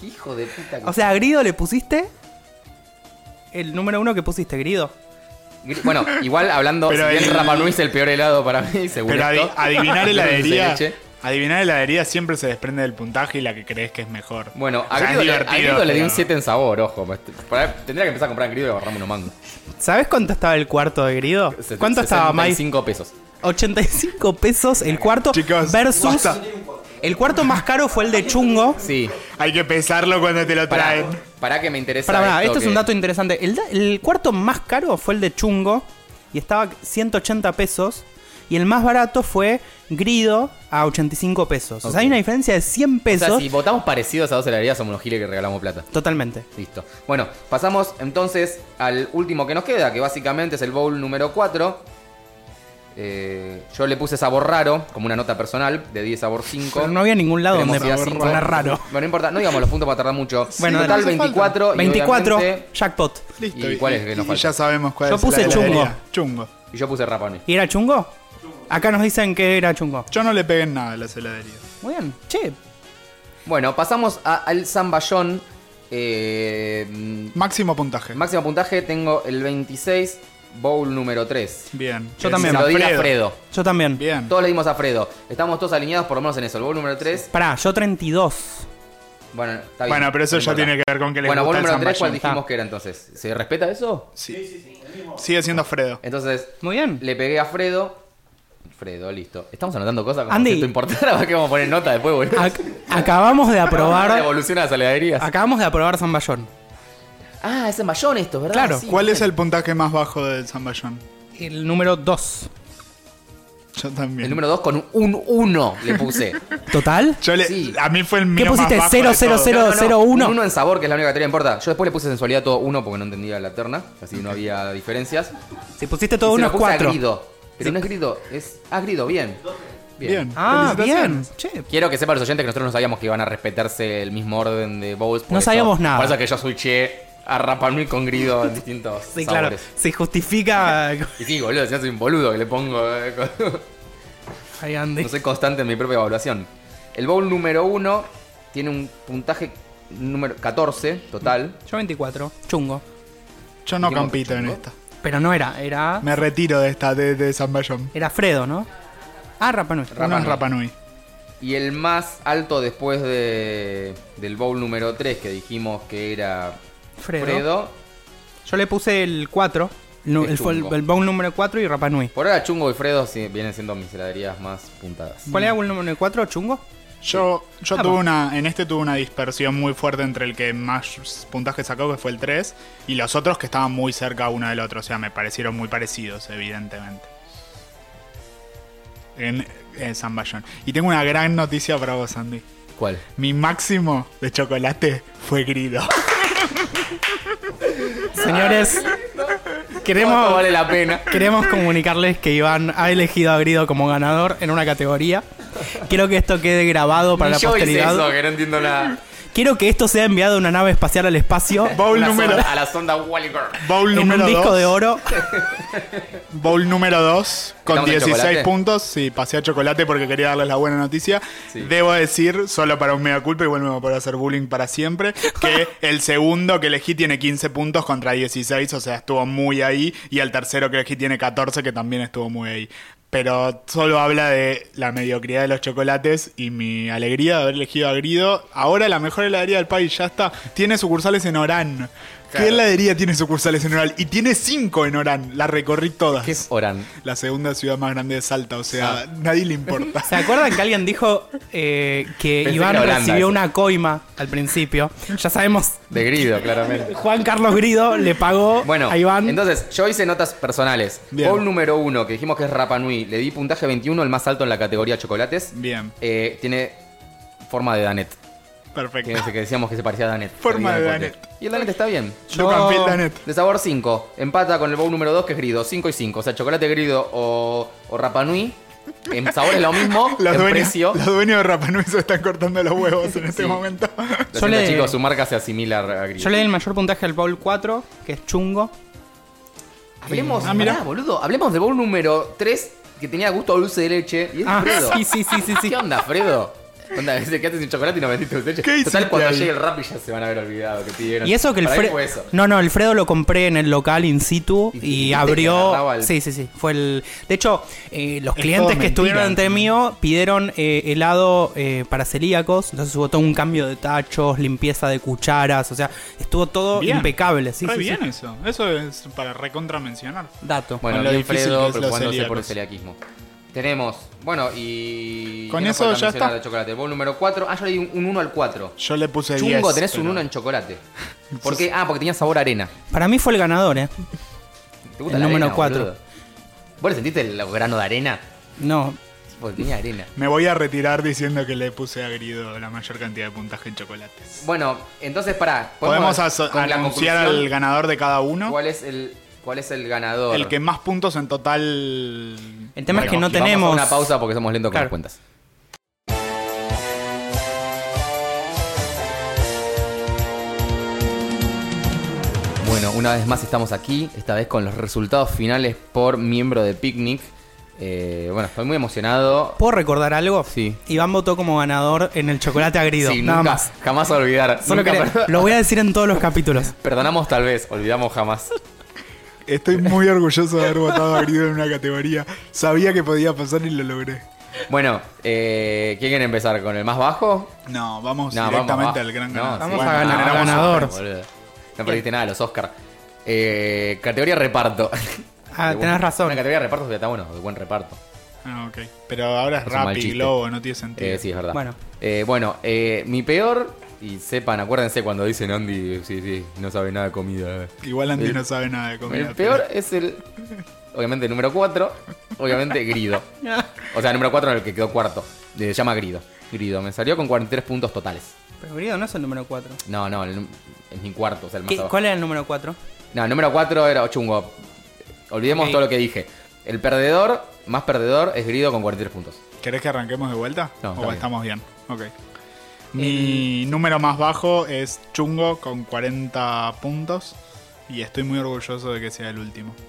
S2: Qué hijo de puta. que-
S3: O sea, a Grido le pusiste. El número uno que pusiste, Grido.
S2: Gri- Bueno, igual hablando,
S4: Pero
S2: si bien
S4: el-
S2: Rapa Nui es el peor helado para mí, seguro.
S4: Pero adi- adivinar
S2: la
S4: heladería.
S2: leche.
S4: Adivinar heladería siempre se desprende del puntaje y la que crees que es mejor.
S2: Bueno,
S4: O
S2: a
S4: sea, es
S2: Grido, le, a
S4: divertido,
S2: Grido le di
S4: pero-
S2: un 7 en sabor, ojo. Por ahí Tendría que empezar a comprar en Grido y agarrarme unos mangos.
S3: ¿Sabes cuánto estaba el cuarto de Grido?
S2: Se-
S3: ¿Cuánto estaba, Mike?
S2: 65 pesos.
S3: 85 pesos el cuarto
S4: Chicos,
S3: versus.
S4: basta.
S3: El cuarto más caro fue el de Chungo.
S2: Sí.
S4: Hay que pesarlo cuando te lo
S2: Para,
S4: traen.
S2: para que me interesa.
S3: Pará, pará, esto es
S2: que-
S3: un dato interesante. El, da- el cuarto más caro fue el de Chungo y estaba 180 pesos. Y el más barato fue Grido a 85 pesos. O
S2: Ok.
S3: sea, hay una diferencia de 100
S2: O sea,
S3: pesos.
S2: si votamos parecidos a dos heladerías, somos unos giles que regalamos plata.
S3: Totalmente.
S2: Listo. Bueno, pasamos entonces al último que nos queda, que básicamente es el bowl número 4. yo le puse sabor raro, como una nota personal, de 10 sabor 5.
S3: Pero no había ningún lado donde
S2: Cremosidad cinco.
S3: poner raro.
S2: Bueno, no importa, no digamos los puntos para tardar mucho. Bueno,
S3: Bueno, dale.
S2: total 24. y
S3: 24,
S2: obviamente-
S3: jackpot.
S4: Listo.
S2: ¿Y cuál es que nos falta?
S4: ya sabemos cuál
S3: Yo
S4: es la
S3: puse
S4: heladería.
S3: chungo.
S4: Chungo.
S2: Y yo puse Rapa Nui.
S3: ¿Y era chungo? Acá nos dicen que era chungo.
S4: Yo no le peguen nada a las heladerías.
S3: Muy bien. Che,
S2: Bueno, pasamos a- al zamballón. Eh, mm,
S4: Máximo puntaje.
S2: máximo puntaje tengo el 26, bowl número 3.
S4: Bien.
S3: Yo
S4: Es
S3: también.
S2: Se lo di a
S4: Alfredo.
S2: Fredo.
S3: yo también.
S4: Bien.
S2: Todos le dimos a Fredo. Estamos todos alineados por lo menos en eso. El bowl número 3.
S3: Pará, yo 32.
S2: Bueno, está bien.
S4: Bueno, pero eso
S2: No
S4: ya
S2: importa.
S4: tiene que ver con que le
S2: Bueno, bowl
S4: gusta el
S2: número 3, ¿cuál
S4: zamballón.
S2: dijimos que era entonces? ¿Se respeta eso?
S4: Sigue siendo Fredo.
S2: Entonces,
S3: Muy bien.
S2: le pegué a Fredo. Fredo, listo. Estamos anotando cosas como
S3: Andy.
S2: si esto importara, que vamos a poner nota después, boludo.
S3: Ac- acabamos de
S2: La
S3: aprobar.
S2: evolución de las heladerías.
S3: acabamos de aprobar San Bayón.
S2: Ah, es en Bayón esto, ¿verdad?
S3: Claro.
S2: Sí,
S4: ¿Cuál
S2: bien.
S4: es el puntaje más bajo del Zamballón?
S3: El número 2.
S4: Yo también.
S2: El número 2 con un 1 le puse.
S3: ¿Total?
S4: Yo le-
S2: Sí.
S4: A mí fue el mío
S3: ¿Qué pusiste?
S4: más bajo de
S3: Cero, cero,
S4: todos.
S3: cero. 001.
S2: 1 en sabor, que es la única que tenía importa. Yo después le puse sensualidad todo 1 porque no entendía la terna, así no había diferencias.
S3: Si pusiste todo
S2: Y se
S3: uno
S2: lo
S3: es
S2: puse a
S3: 4.
S2: Grido. Pero no es grido, es. Ah, grido, bien.
S4: Bien.
S3: Ah, bien.
S4: Felicitaciones.
S3: Che.
S2: Quiero que sepan los oyentes que nosotros no sabíamos que iban a respetarse el mismo orden de bowls. por
S3: No
S2: eso-
S3: sabíamos nada.
S2: Por eso que yo switché a Rapa Nui con grido en distintos
S3: Sí, claro.
S2: sabores.
S3: Se justifica.
S2: Y sí, boludo, si no soy un boludo que le pongo. eh, con-
S3: Ay, Andy.
S2: No soy constante en mi propia evaluación. El bowl número 1 tiene un puntaje número 14 total.
S3: Yo 24. Chungo.
S4: Yo no
S2: Dijimos
S4: compito en
S2: chungo.
S4: esta.
S3: Pero no era. Era.
S4: Me retiro de esta, de, de Zamballón.
S3: Era Fredo, ¿no? Ah, Rapa Nui.
S2: Rapa
S4: Uno es
S2: Nui.
S4: Rapa Nui.
S2: Y el más alto después de, del bowl número 3 que dijimos que era
S3: Fredo.
S2: Fredo.
S3: Yo le puse el 4. El,
S2: Es
S3: el, fue el-
S2: chungo.
S3: el bowl número 4 y Rapa Nui.
S2: Por ahora Chungo y Fredo sí, vienen siendo mis heladerías más puntadas.
S3: ¿Cuál era el bowl número 4? ¿Chungo?
S4: Yo, yo
S3: Ah,
S4: tuve
S3: va.
S4: una, en este tuve una dispersión muy fuerte entre el que más puntaje sacó, que fue el 3, y los otros que estaban muy cerca uno del otro, o sea, me parecieron muy parecidos, evidentemente. En, en Zamballón. Y tengo una gran noticia para vos, Andy.
S2: ¿Cuál?
S4: Mi máximo de chocolate fue Grido.
S3: Señores,
S2: ¿Cuánto
S3: Queremos,
S2: vale la pena?
S3: queremos comunicarles que Iván ha elegido a Grido como ganador en una categoría. Quiero que esto quede grabado para
S2: Ni
S3: la
S2: yo hice
S3: posteridad.
S2: eso, que no entiendo nada.
S3: Quiero que esto sea enviado a una nave espacial al espacio.
S4: Bowl
S2: Una
S4: número,
S2: sonda- a la sonda Walliger.
S4: bowl
S3: En un
S4: número
S3: disco
S4: dos.
S3: de oro.
S4: Bowl número 2 con
S2: ¿Estamos en
S4: 16
S2: chocolate?
S4: puntos. Sí, pasé a chocolate porque quería darles la buena noticia.
S2: Sí.
S4: Debo decir, solo para un mega culpa, igual me voy a poder hacer bullying para siempre, que el segundo que elegí tiene 15 puntos contra 16, o sea, estuvo muy ahí. Y el tercero que elegí tiene 14, que también estuvo muy ahí. Pero solo habla de la mediocridad de los chocolates y mi alegría de haber elegido a Grido. Ahora la mejor heladería del país, ya está. Tiene sucursales en Orán.
S2: Claro.
S4: ¿Qué heladería tiene sucursales en Orán? Y tiene cinco en Orán. La recorrí todas.
S2: ¿Qué es Oran?
S4: La segunda ciudad más grande de Salta, o sea,
S3: Ah.
S4: nadie le importa.
S3: ¿Se acuerdan que alguien dijo eh, que
S2: Pensé
S3: Iván
S2: que era Holanda
S3: recibió
S2: eso.
S3: una coima al principio? Ya sabemos,
S2: De grido, claramente.
S3: Juan Carlos Grido le pagó
S2: Bueno,
S3: a Iván.
S2: entonces yo hice notas personales.
S4: Bien.
S2: Bowl número uno, que dijimos que es Rapa Nui, le di puntaje 21, el más alto en la categoría chocolates.
S4: Bien,
S2: Eh, tiene forma de Danet.
S4: perfecto.
S2: Que, que decíamos que se parecía a Danet.
S4: Forma
S2: Termina
S4: de
S2: el corte. Y el Danet está bien.
S4: Yo cambié el Danet.
S2: De sabor 5. Empata con el bowl número 2, que es grido. 5 y 5. O sea, chocolate grido o, o Rapa Nui. En sabor es lo mismo.
S4: Los
S2: en
S4: dueños,
S2: precio.
S4: los dueños de Rapa Nui se están cortando los huevos en este
S2: Sí.
S4: momento.
S2: Lo
S3: Yo
S2: siento,
S3: le-
S2: chicos, su marca se asimila a grido.
S3: Yo le di el mayor puntaje al Bowl 4, que es chungo.
S2: Hablemos,
S4: Ah, mirá.
S2: pará, boludo. Hablemos del bowl número 3, que tenía gusto a dulce de leche. Y es
S3: Ah,
S2: Fredo.
S3: sí, sí, sí, sí, sí.
S2: ¿Qué onda, Fredo? Onda, se quedaste sin chocolate y no vendiste dulce de
S4: ¿Qué
S2: leche. Total,
S4: hiciste
S2: cuando
S4: ahí?
S2: llegue el rap y ya se van a haber olvidado que pidieron.
S3: Y eso que el
S2: ¿Para qué
S3: Fredo.
S2: fue eso?
S3: No, no, el Fredo lo compré en el local in situ
S2: Y- y
S3: y,
S2: te
S3: abrió.
S2: agarraba el-
S3: Sí, sí, sí. Fue el. De hecho, eh, los
S4: Es
S3: clientes
S4: todo
S3: que
S4: mentira.
S3: estuvieron ante mío pidieron eh, helado eh, para celíacos. Entonces hubo todo un cambio de tachos, limpieza de cucharas. O sea, estuvo todo
S4: Bien.
S3: impecable. Sí,
S4: Re
S3: sí, sí.
S4: bien eso. Eso es para recontra mencionar.
S3: Dato.
S2: Bueno,
S4: Con lo
S2: bien
S4: difícil
S2: Fredo
S4: que es los
S2: preocupándose por el
S4: celíacos.
S2: celiaquismo. Tenemos, bueno, y.
S4: Con
S2: ¿qué nos
S4: eso
S2: falta
S4: ya
S2: mencionar
S4: está.
S2: de chocolate. Bowl número 4. Ah, yo le di un- un 1 al 4.
S4: Yo le puse 10.
S2: Chungo, tenés un
S4: pero-
S2: 1 en chocolate. ¿Por qué? Ah, porque tenía sabor a arena.
S3: Para mí fue el ganador, ¿eh?
S2: ¿Te gusta
S3: El
S2: la
S3: número
S2: arena,
S3: cuatro.
S2: boludo? ¿Vos le sentiste el grano de arena?
S3: No.
S2: Porque tenía arena.
S4: Me voy a retirar diciendo que le puse a Grido la mayor cantidad de puntaje en chocolates.
S2: Bueno, entonces pará.
S4: Podemos aso-
S2: con la
S4: anunciar
S2: conclusión,
S4: al ganador de cada uno.
S2: ¿Cuál es el, cuál es el ganador?
S4: El que más puntos en total.
S3: El tema es que no
S2: Y vamos
S3: tenemos.
S2: a una pausa porque somos lentos con
S3: Claro.
S2: las cuentas. Bueno, una vez más estamos aquí, esta vez con los resultados finales por miembro de Picnic. Eh, bueno, estoy muy emocionado.
S3: ¿Puedo recordar algo?
S2: Sí.
S3: Iván votó como ganador en el chocolate agrido.
S2: Sí,
S3: nada
S2: nunca,
S3: más.
S2: jamás olvidar.
S3: Solo
S2: Nunca
S3: quería-
S2: perdo-
S3: Lo voy a decir en todos los capítulos.
S2: Perdonamos tal vez, olvidamos jamás.
S4: Estoy muy orgulloso de haber votado a Grido en una categoría. Sabía que podía pasar y lo logré.
S2: Bueno, eh, ¿quién quiere empezar? ¿Con el más bajo?
S4: No, vamos
S2: No,
S4: directamente
S2: vamos, va-
S4: al gran
S2: no,
S4: ganador.
S2: sí.
S3: Vamos a ganar,
S4: generamos
S3: ganador.
S4: Oscar.
S2: Boludo. No perdiste nada, los Oscar. Eh, categoría reparto.
S3: Ah,
S2: De
S3: tenés
S2: buen-
S3: razón.
S2: Una categoría de reparto está bueno, de buen reparto.
S4: Ah, ok. Pero ahora es,
S2: Es un mal
S4: Rappi,
S2: chiste.
S4: Globo, no tiene sentido.
S2: Eh, sí, es verdad.
S3: Bueno.
S2: Eh, bueno, eh, mi peor, y sepan, acuérdense cuando dicen Andy, sí, sí, no sabe nada de comida.
S4: Igual Andy
S2: El-
S4: no sabe nada de comida.
S2: El Eh, peor es el, obviamente, el número 4, obviamente, Grido. O sea, el número 4 en el que quedó cuarto. Eh, Se llama Grido. Grido, me salió con 43 puntos totales.
S3: Pero Grido no es el número 4.
S2: No, no, el- es mi cuarto, o sea, el más abajo.
S3: ¿Cuál era el número 4?
S2: No, el número 4 era Ochungo. Olvidemos
S3: Ok.
S2: todo lo que dije. El perdedor, más perdedor, es Grido con 43 puntos.
S4: pero- ¿Querés que arranquemos de vuelta?
S2: No, está
S4: ¿O
S2: bien.
S4: estamos bien? Ok.
S3: Eh,
S4: Mi número más bajo es Chungo con 40 puntos. Y estoy muy orgulloso de que sea el último.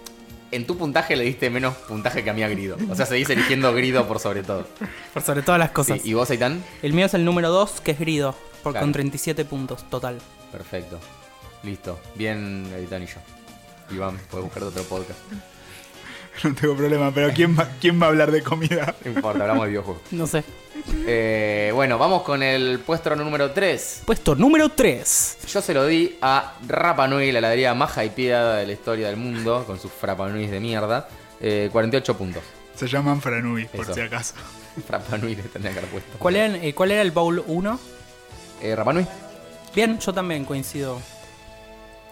S2: En tu puntaje le diste menos puntaje que a mí a Grido. O sea, seguís eligiendo Grido por sobre todo.
S3: Por sobre todas las cosas.
S2: Sí, ¿Y vos, Aitán?
S3: El mío es el número 2, que es Grido, por,
S2: Claro.
S3: con 37 puntos total.
S2: Perfecto. Listo. Bien, Aitán y yo. Iván, puedes buscar otro podcast.
S4: No tengo problema, pero ¿quién va, quién va a hablar de comida?
S2: No importa, hablamos de videojuegos.
S3: No sé.
S2: Eh, bueno, vamos con el puesto número 3.
S3: Puesto número 3.
S2: Yo se lo di a Rapa Nui, la heladería más hypeada de la historia del mundo, con sus Frapanuis de mierda. Eh, 48 puntos.
S4: Se llaman Franui, por
S2: Eso.
S4: si acaso.
S2: Rapa Nui le tendría que haber puesto.
S3: ¿Cuál era, eh, ¿Cuál era el Bowl 1?
S2: Eh, Rapa Nui.
S3: Bien, yo también coincido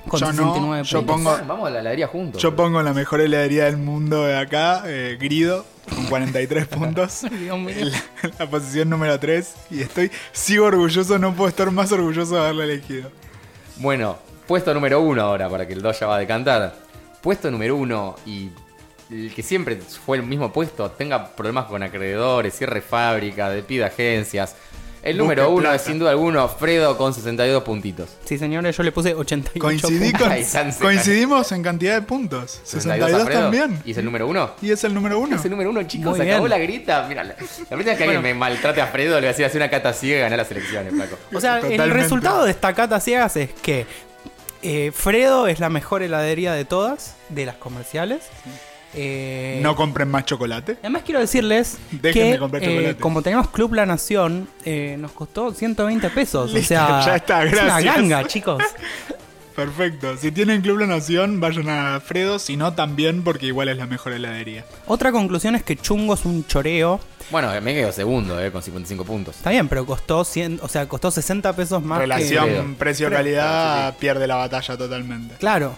S3: con
S4: Yo no,
S3: 69
S4: yo
S3: puntos.
S4: pongo-
S2: Ah, Vamos a la heladería juntos.
S4: Yo pongo la mejor heladería del mundo de acá, eh, Grido, con 43 puntos.
S3: Dios mío.
S4: En la, en la posición número 3. Y estoy, sigo orgulloso, no puedo estar más orgulloso de haberla elegido.
S2: Bueno, puesto número uno ahora, para que el 2 ya va a decantar. puesto número uno y el que siempre fue el mismo puesto tenga problemas con acreedores, cierre fábrica, despida agencias. El
S4: Busque
S2: número uno
S4: plata.
S2: es sin duda alguno Fredo con 62 puntitos.
S3: Sí, señores, yo le puse 88.
S4: Coincidí con-
S2: Ay, Sanse,
S4: coincidimos en cantidad de puntos. 62
S2: a Fredo,
S4: también.
S2: ¿Y es el número uno?
S4: Y es el número uno.
S2: Es el número uno, chicos.
S3: Muy
S2: se acabó
S3: bien.
S2: la grita. Mira, la, la próxima vez que alguien me maltrate a Fredo, le voy a decir hacer una cata ciega y ganar las elecciones, flaco.
S3: O sea, el
S4: Totalmente.
S3: resultado de esta cata ciegas es que eh, Fredo es la mejor heladería de todas, de las comerciales. Eh,
S4: No compren más chocolate.
S3: Además quiero decirles
S4: Déjenme
S3: que
S4: comprar
S3: eh,
S4: chocolate.
S3: como tenemos Club La Nación, eh, nos costó 120 pesos.
S4: Listo,
S3: o sea,
S4: ya está, gracias.
S3: es una ganga, chicos.
S4: Perfecto. Si tienen Club La Nación, vayan a Fredo. Si no, también, porque igual es la mejor heladería.
S3: Otra conclusión es que Chungo es un choreo.
S2: Bueno, me quedo segundo, eh, con 55 puntos.
S3: Está bien, pero costó 100, o sea, costó 60 pesos más que...
S4: Relación
S2: Fredo.
S4: precio-calidad pierde la batalla totalmente.
S3: Claro.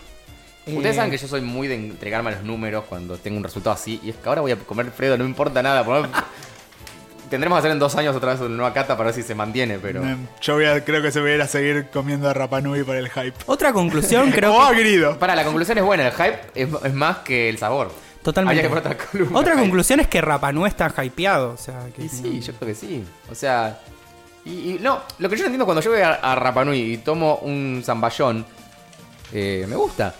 S2: Ustedes
S3: Eh,
S2: saben que yo soy muy de entregarme a los números cuando tengo un resultado así. Y es que ahora voy a comer Fredo, no me importa nada. por- Tendremos que hacer en dos años otra vez una nueva cata para ver si se mantiene, pero.
S4: Eh, Yo voy a- creo que se voy a ir a seguir comiendo a Rapanui por el hype. Oh,
S3: Otra conclusión, creo
S4: o
S3: que...
S4: a Grido.
S2: Para, la conclusión es buena, el hype es, es más que el sabor.
S3: Totalmente.
S2: Habría que poner otra columna.
S3: Otra conclusión es que Rapanú está hypeado. O sea, que
S2: Y sí, yo creo que sí. O sea. Y, y no, lo que yo no entiendo cuando yo voy a, a Rapa Nui y tomo un zamballón, eh, me gusta.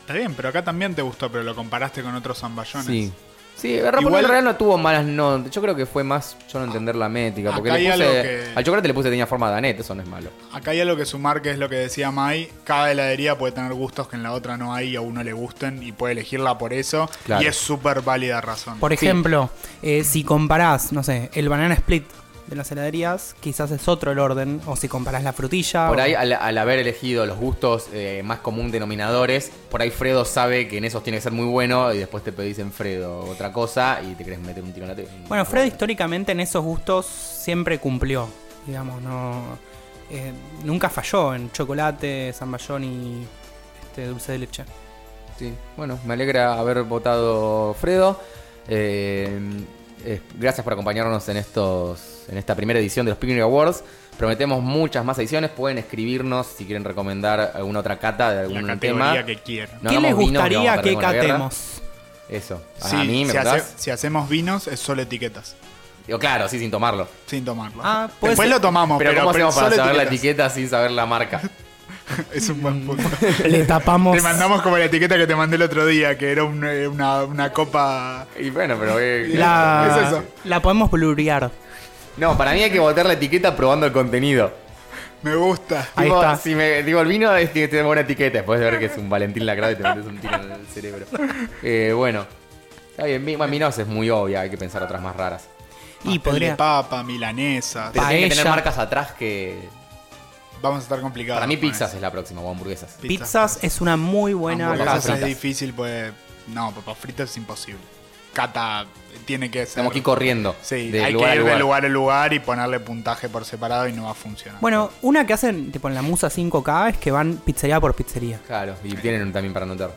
S4: Está bien, pero acá también te gustó, pero lo comparaste con otros zamballones.
S2: Sí. Sí, Rapa Nui
S4: Igual-
S2: en realidad no tuvo malas notas. Yo creo que fue más yo no entender la métrica.
S4: Ah, acá
S2: Porque le
S4: hay
S2: puse-
S4: algo que-
S2: al chocolate le puse tenía forma de anet, eso no es malo.
S4: Acá hay algo que sumar, que es lo que decía Mai. Cada heladería puede tener gustos que en la otra no hay y a uno le gusten y puede elegirla por eso.
S2: Claro.
S4: Y es súper válida razón.
S3: Por
S2: Sí.
S3: ejemplo, eh, si comparás, no sé, el banana split de las heladerías, quizás es otro el orden. O si comparás la
S4: Ah,
S3: frutilla.
S2: Por
S3: o-
S2: ahí, al, al haber elegido los gustos eh, más común denominadores, por ahí Fredo sabe que en esos tiene que ser muy bueno y después te pedís en Fredo otra cosa y te querés meter un tiro en la testa.
S3: Bueno, Fred históricamente en esos gustos siempre cumplió. Digamos, no. eh, nunca falló en chocolate, zamballón y este, dulce de leche.
S2: Sí, bueno, me alegra haber votado Fredo. Eh, eh, gracias por acompañarnos en estos en esta primera edición de los Picnic Awards. Prometemos muchas más ediciones. Pueden escribirnos si quieren recomendar alguna otra cata de
S4: la
S2: algún
S4: categoría
S2: tema.
S4: que quieran.
S2: No
S3: ¿Qué
S2: hagamos
S3: les
S2: vinos,
S3: gustaría
S2: vamos a perder
S3: que
S2: con la guerra.
S3: catemos?
S2: Eso. A
S4: Sí,
S2: mí me
S4: si, hace-
S2: preguntás.
S4: si hacemos vinos, es solo etiquetas.
S2: Digo, claro, sí, sin tomarlo.
S4: Sin tomarlo.
S3: Ah, puede
S4: Después
S3: ser.
S4: lo tomamos,
S2: pero,
S4: pero,
S2: ¿cómo
S4: pero
S2: hacemos para
S4: solo
S2: saber la
S4: etiquetas.
S2: etiqueta sin saber la marca?
S4: Es un buen punto.
S3: Le tapamos.
S4: Te mandamos como la etiqueta que te mandé el otro día, que era un, eh, una, una copa.
S2: Y bueno, pero... eh,
S4: Es
S3: La,
S4: eso.
S3: la podemos blurear.
S2: No, para mí hay que votar la etiqueta probando el contenido.
S4: Me gusta.
S3: Ahí
S2: Tipo,
S3: está.
S2: Si me digo el vino, es que tengo una etiqueta. Después de ver que es un Valentín Lacrave y te metes un tiro en el cerebro. Eh, bueno. Está bien, mi- bueno, Minos es muy obvia, hay que pensar otras más raras.
S3: Y
S4: Pastel Ah, de
S3: podría.
S4: papa, milanesa.
S2: Pero tienen que tener
S3: Paella.
S2: marcas atrás que.
S4: Vamos a estar complicados.
S2: Para mí,
S4: con
S2: pizzas
S4: eso.
S2: es la próxima, o hamburguesas.
S3: Pizzas es una muy buena
S2: Hamburguesas
S4: Hamburguesas
S3: casa.
S4: es
S2: fritas.
S4: difícil, pues. No, papas fritas es imposible. Cata tiene que ser.
S2: Tenemos que ir corriendo.
S4: Sí,
S2: de
S4: hay
S2: lugar
S4: que
S2: a
S4: ir de
S2: lugar.
S4: lugar a lugar y ponerle puntaje por separado y no va a funcionar.
S3: Bueno, una que hacen, tipo en la Musa 5K, es que van pizzería por pizzería.
S2: Claro, y tienen también para anotar.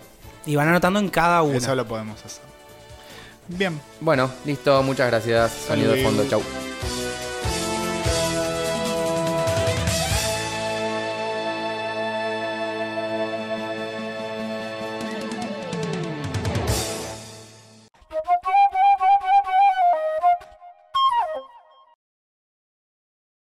S3: Y van anotando en cada una.
S4: eso lo podemos hacer. Bien.
S2: Bueno, listo, muchas gracias. Sonido de fondo, chau.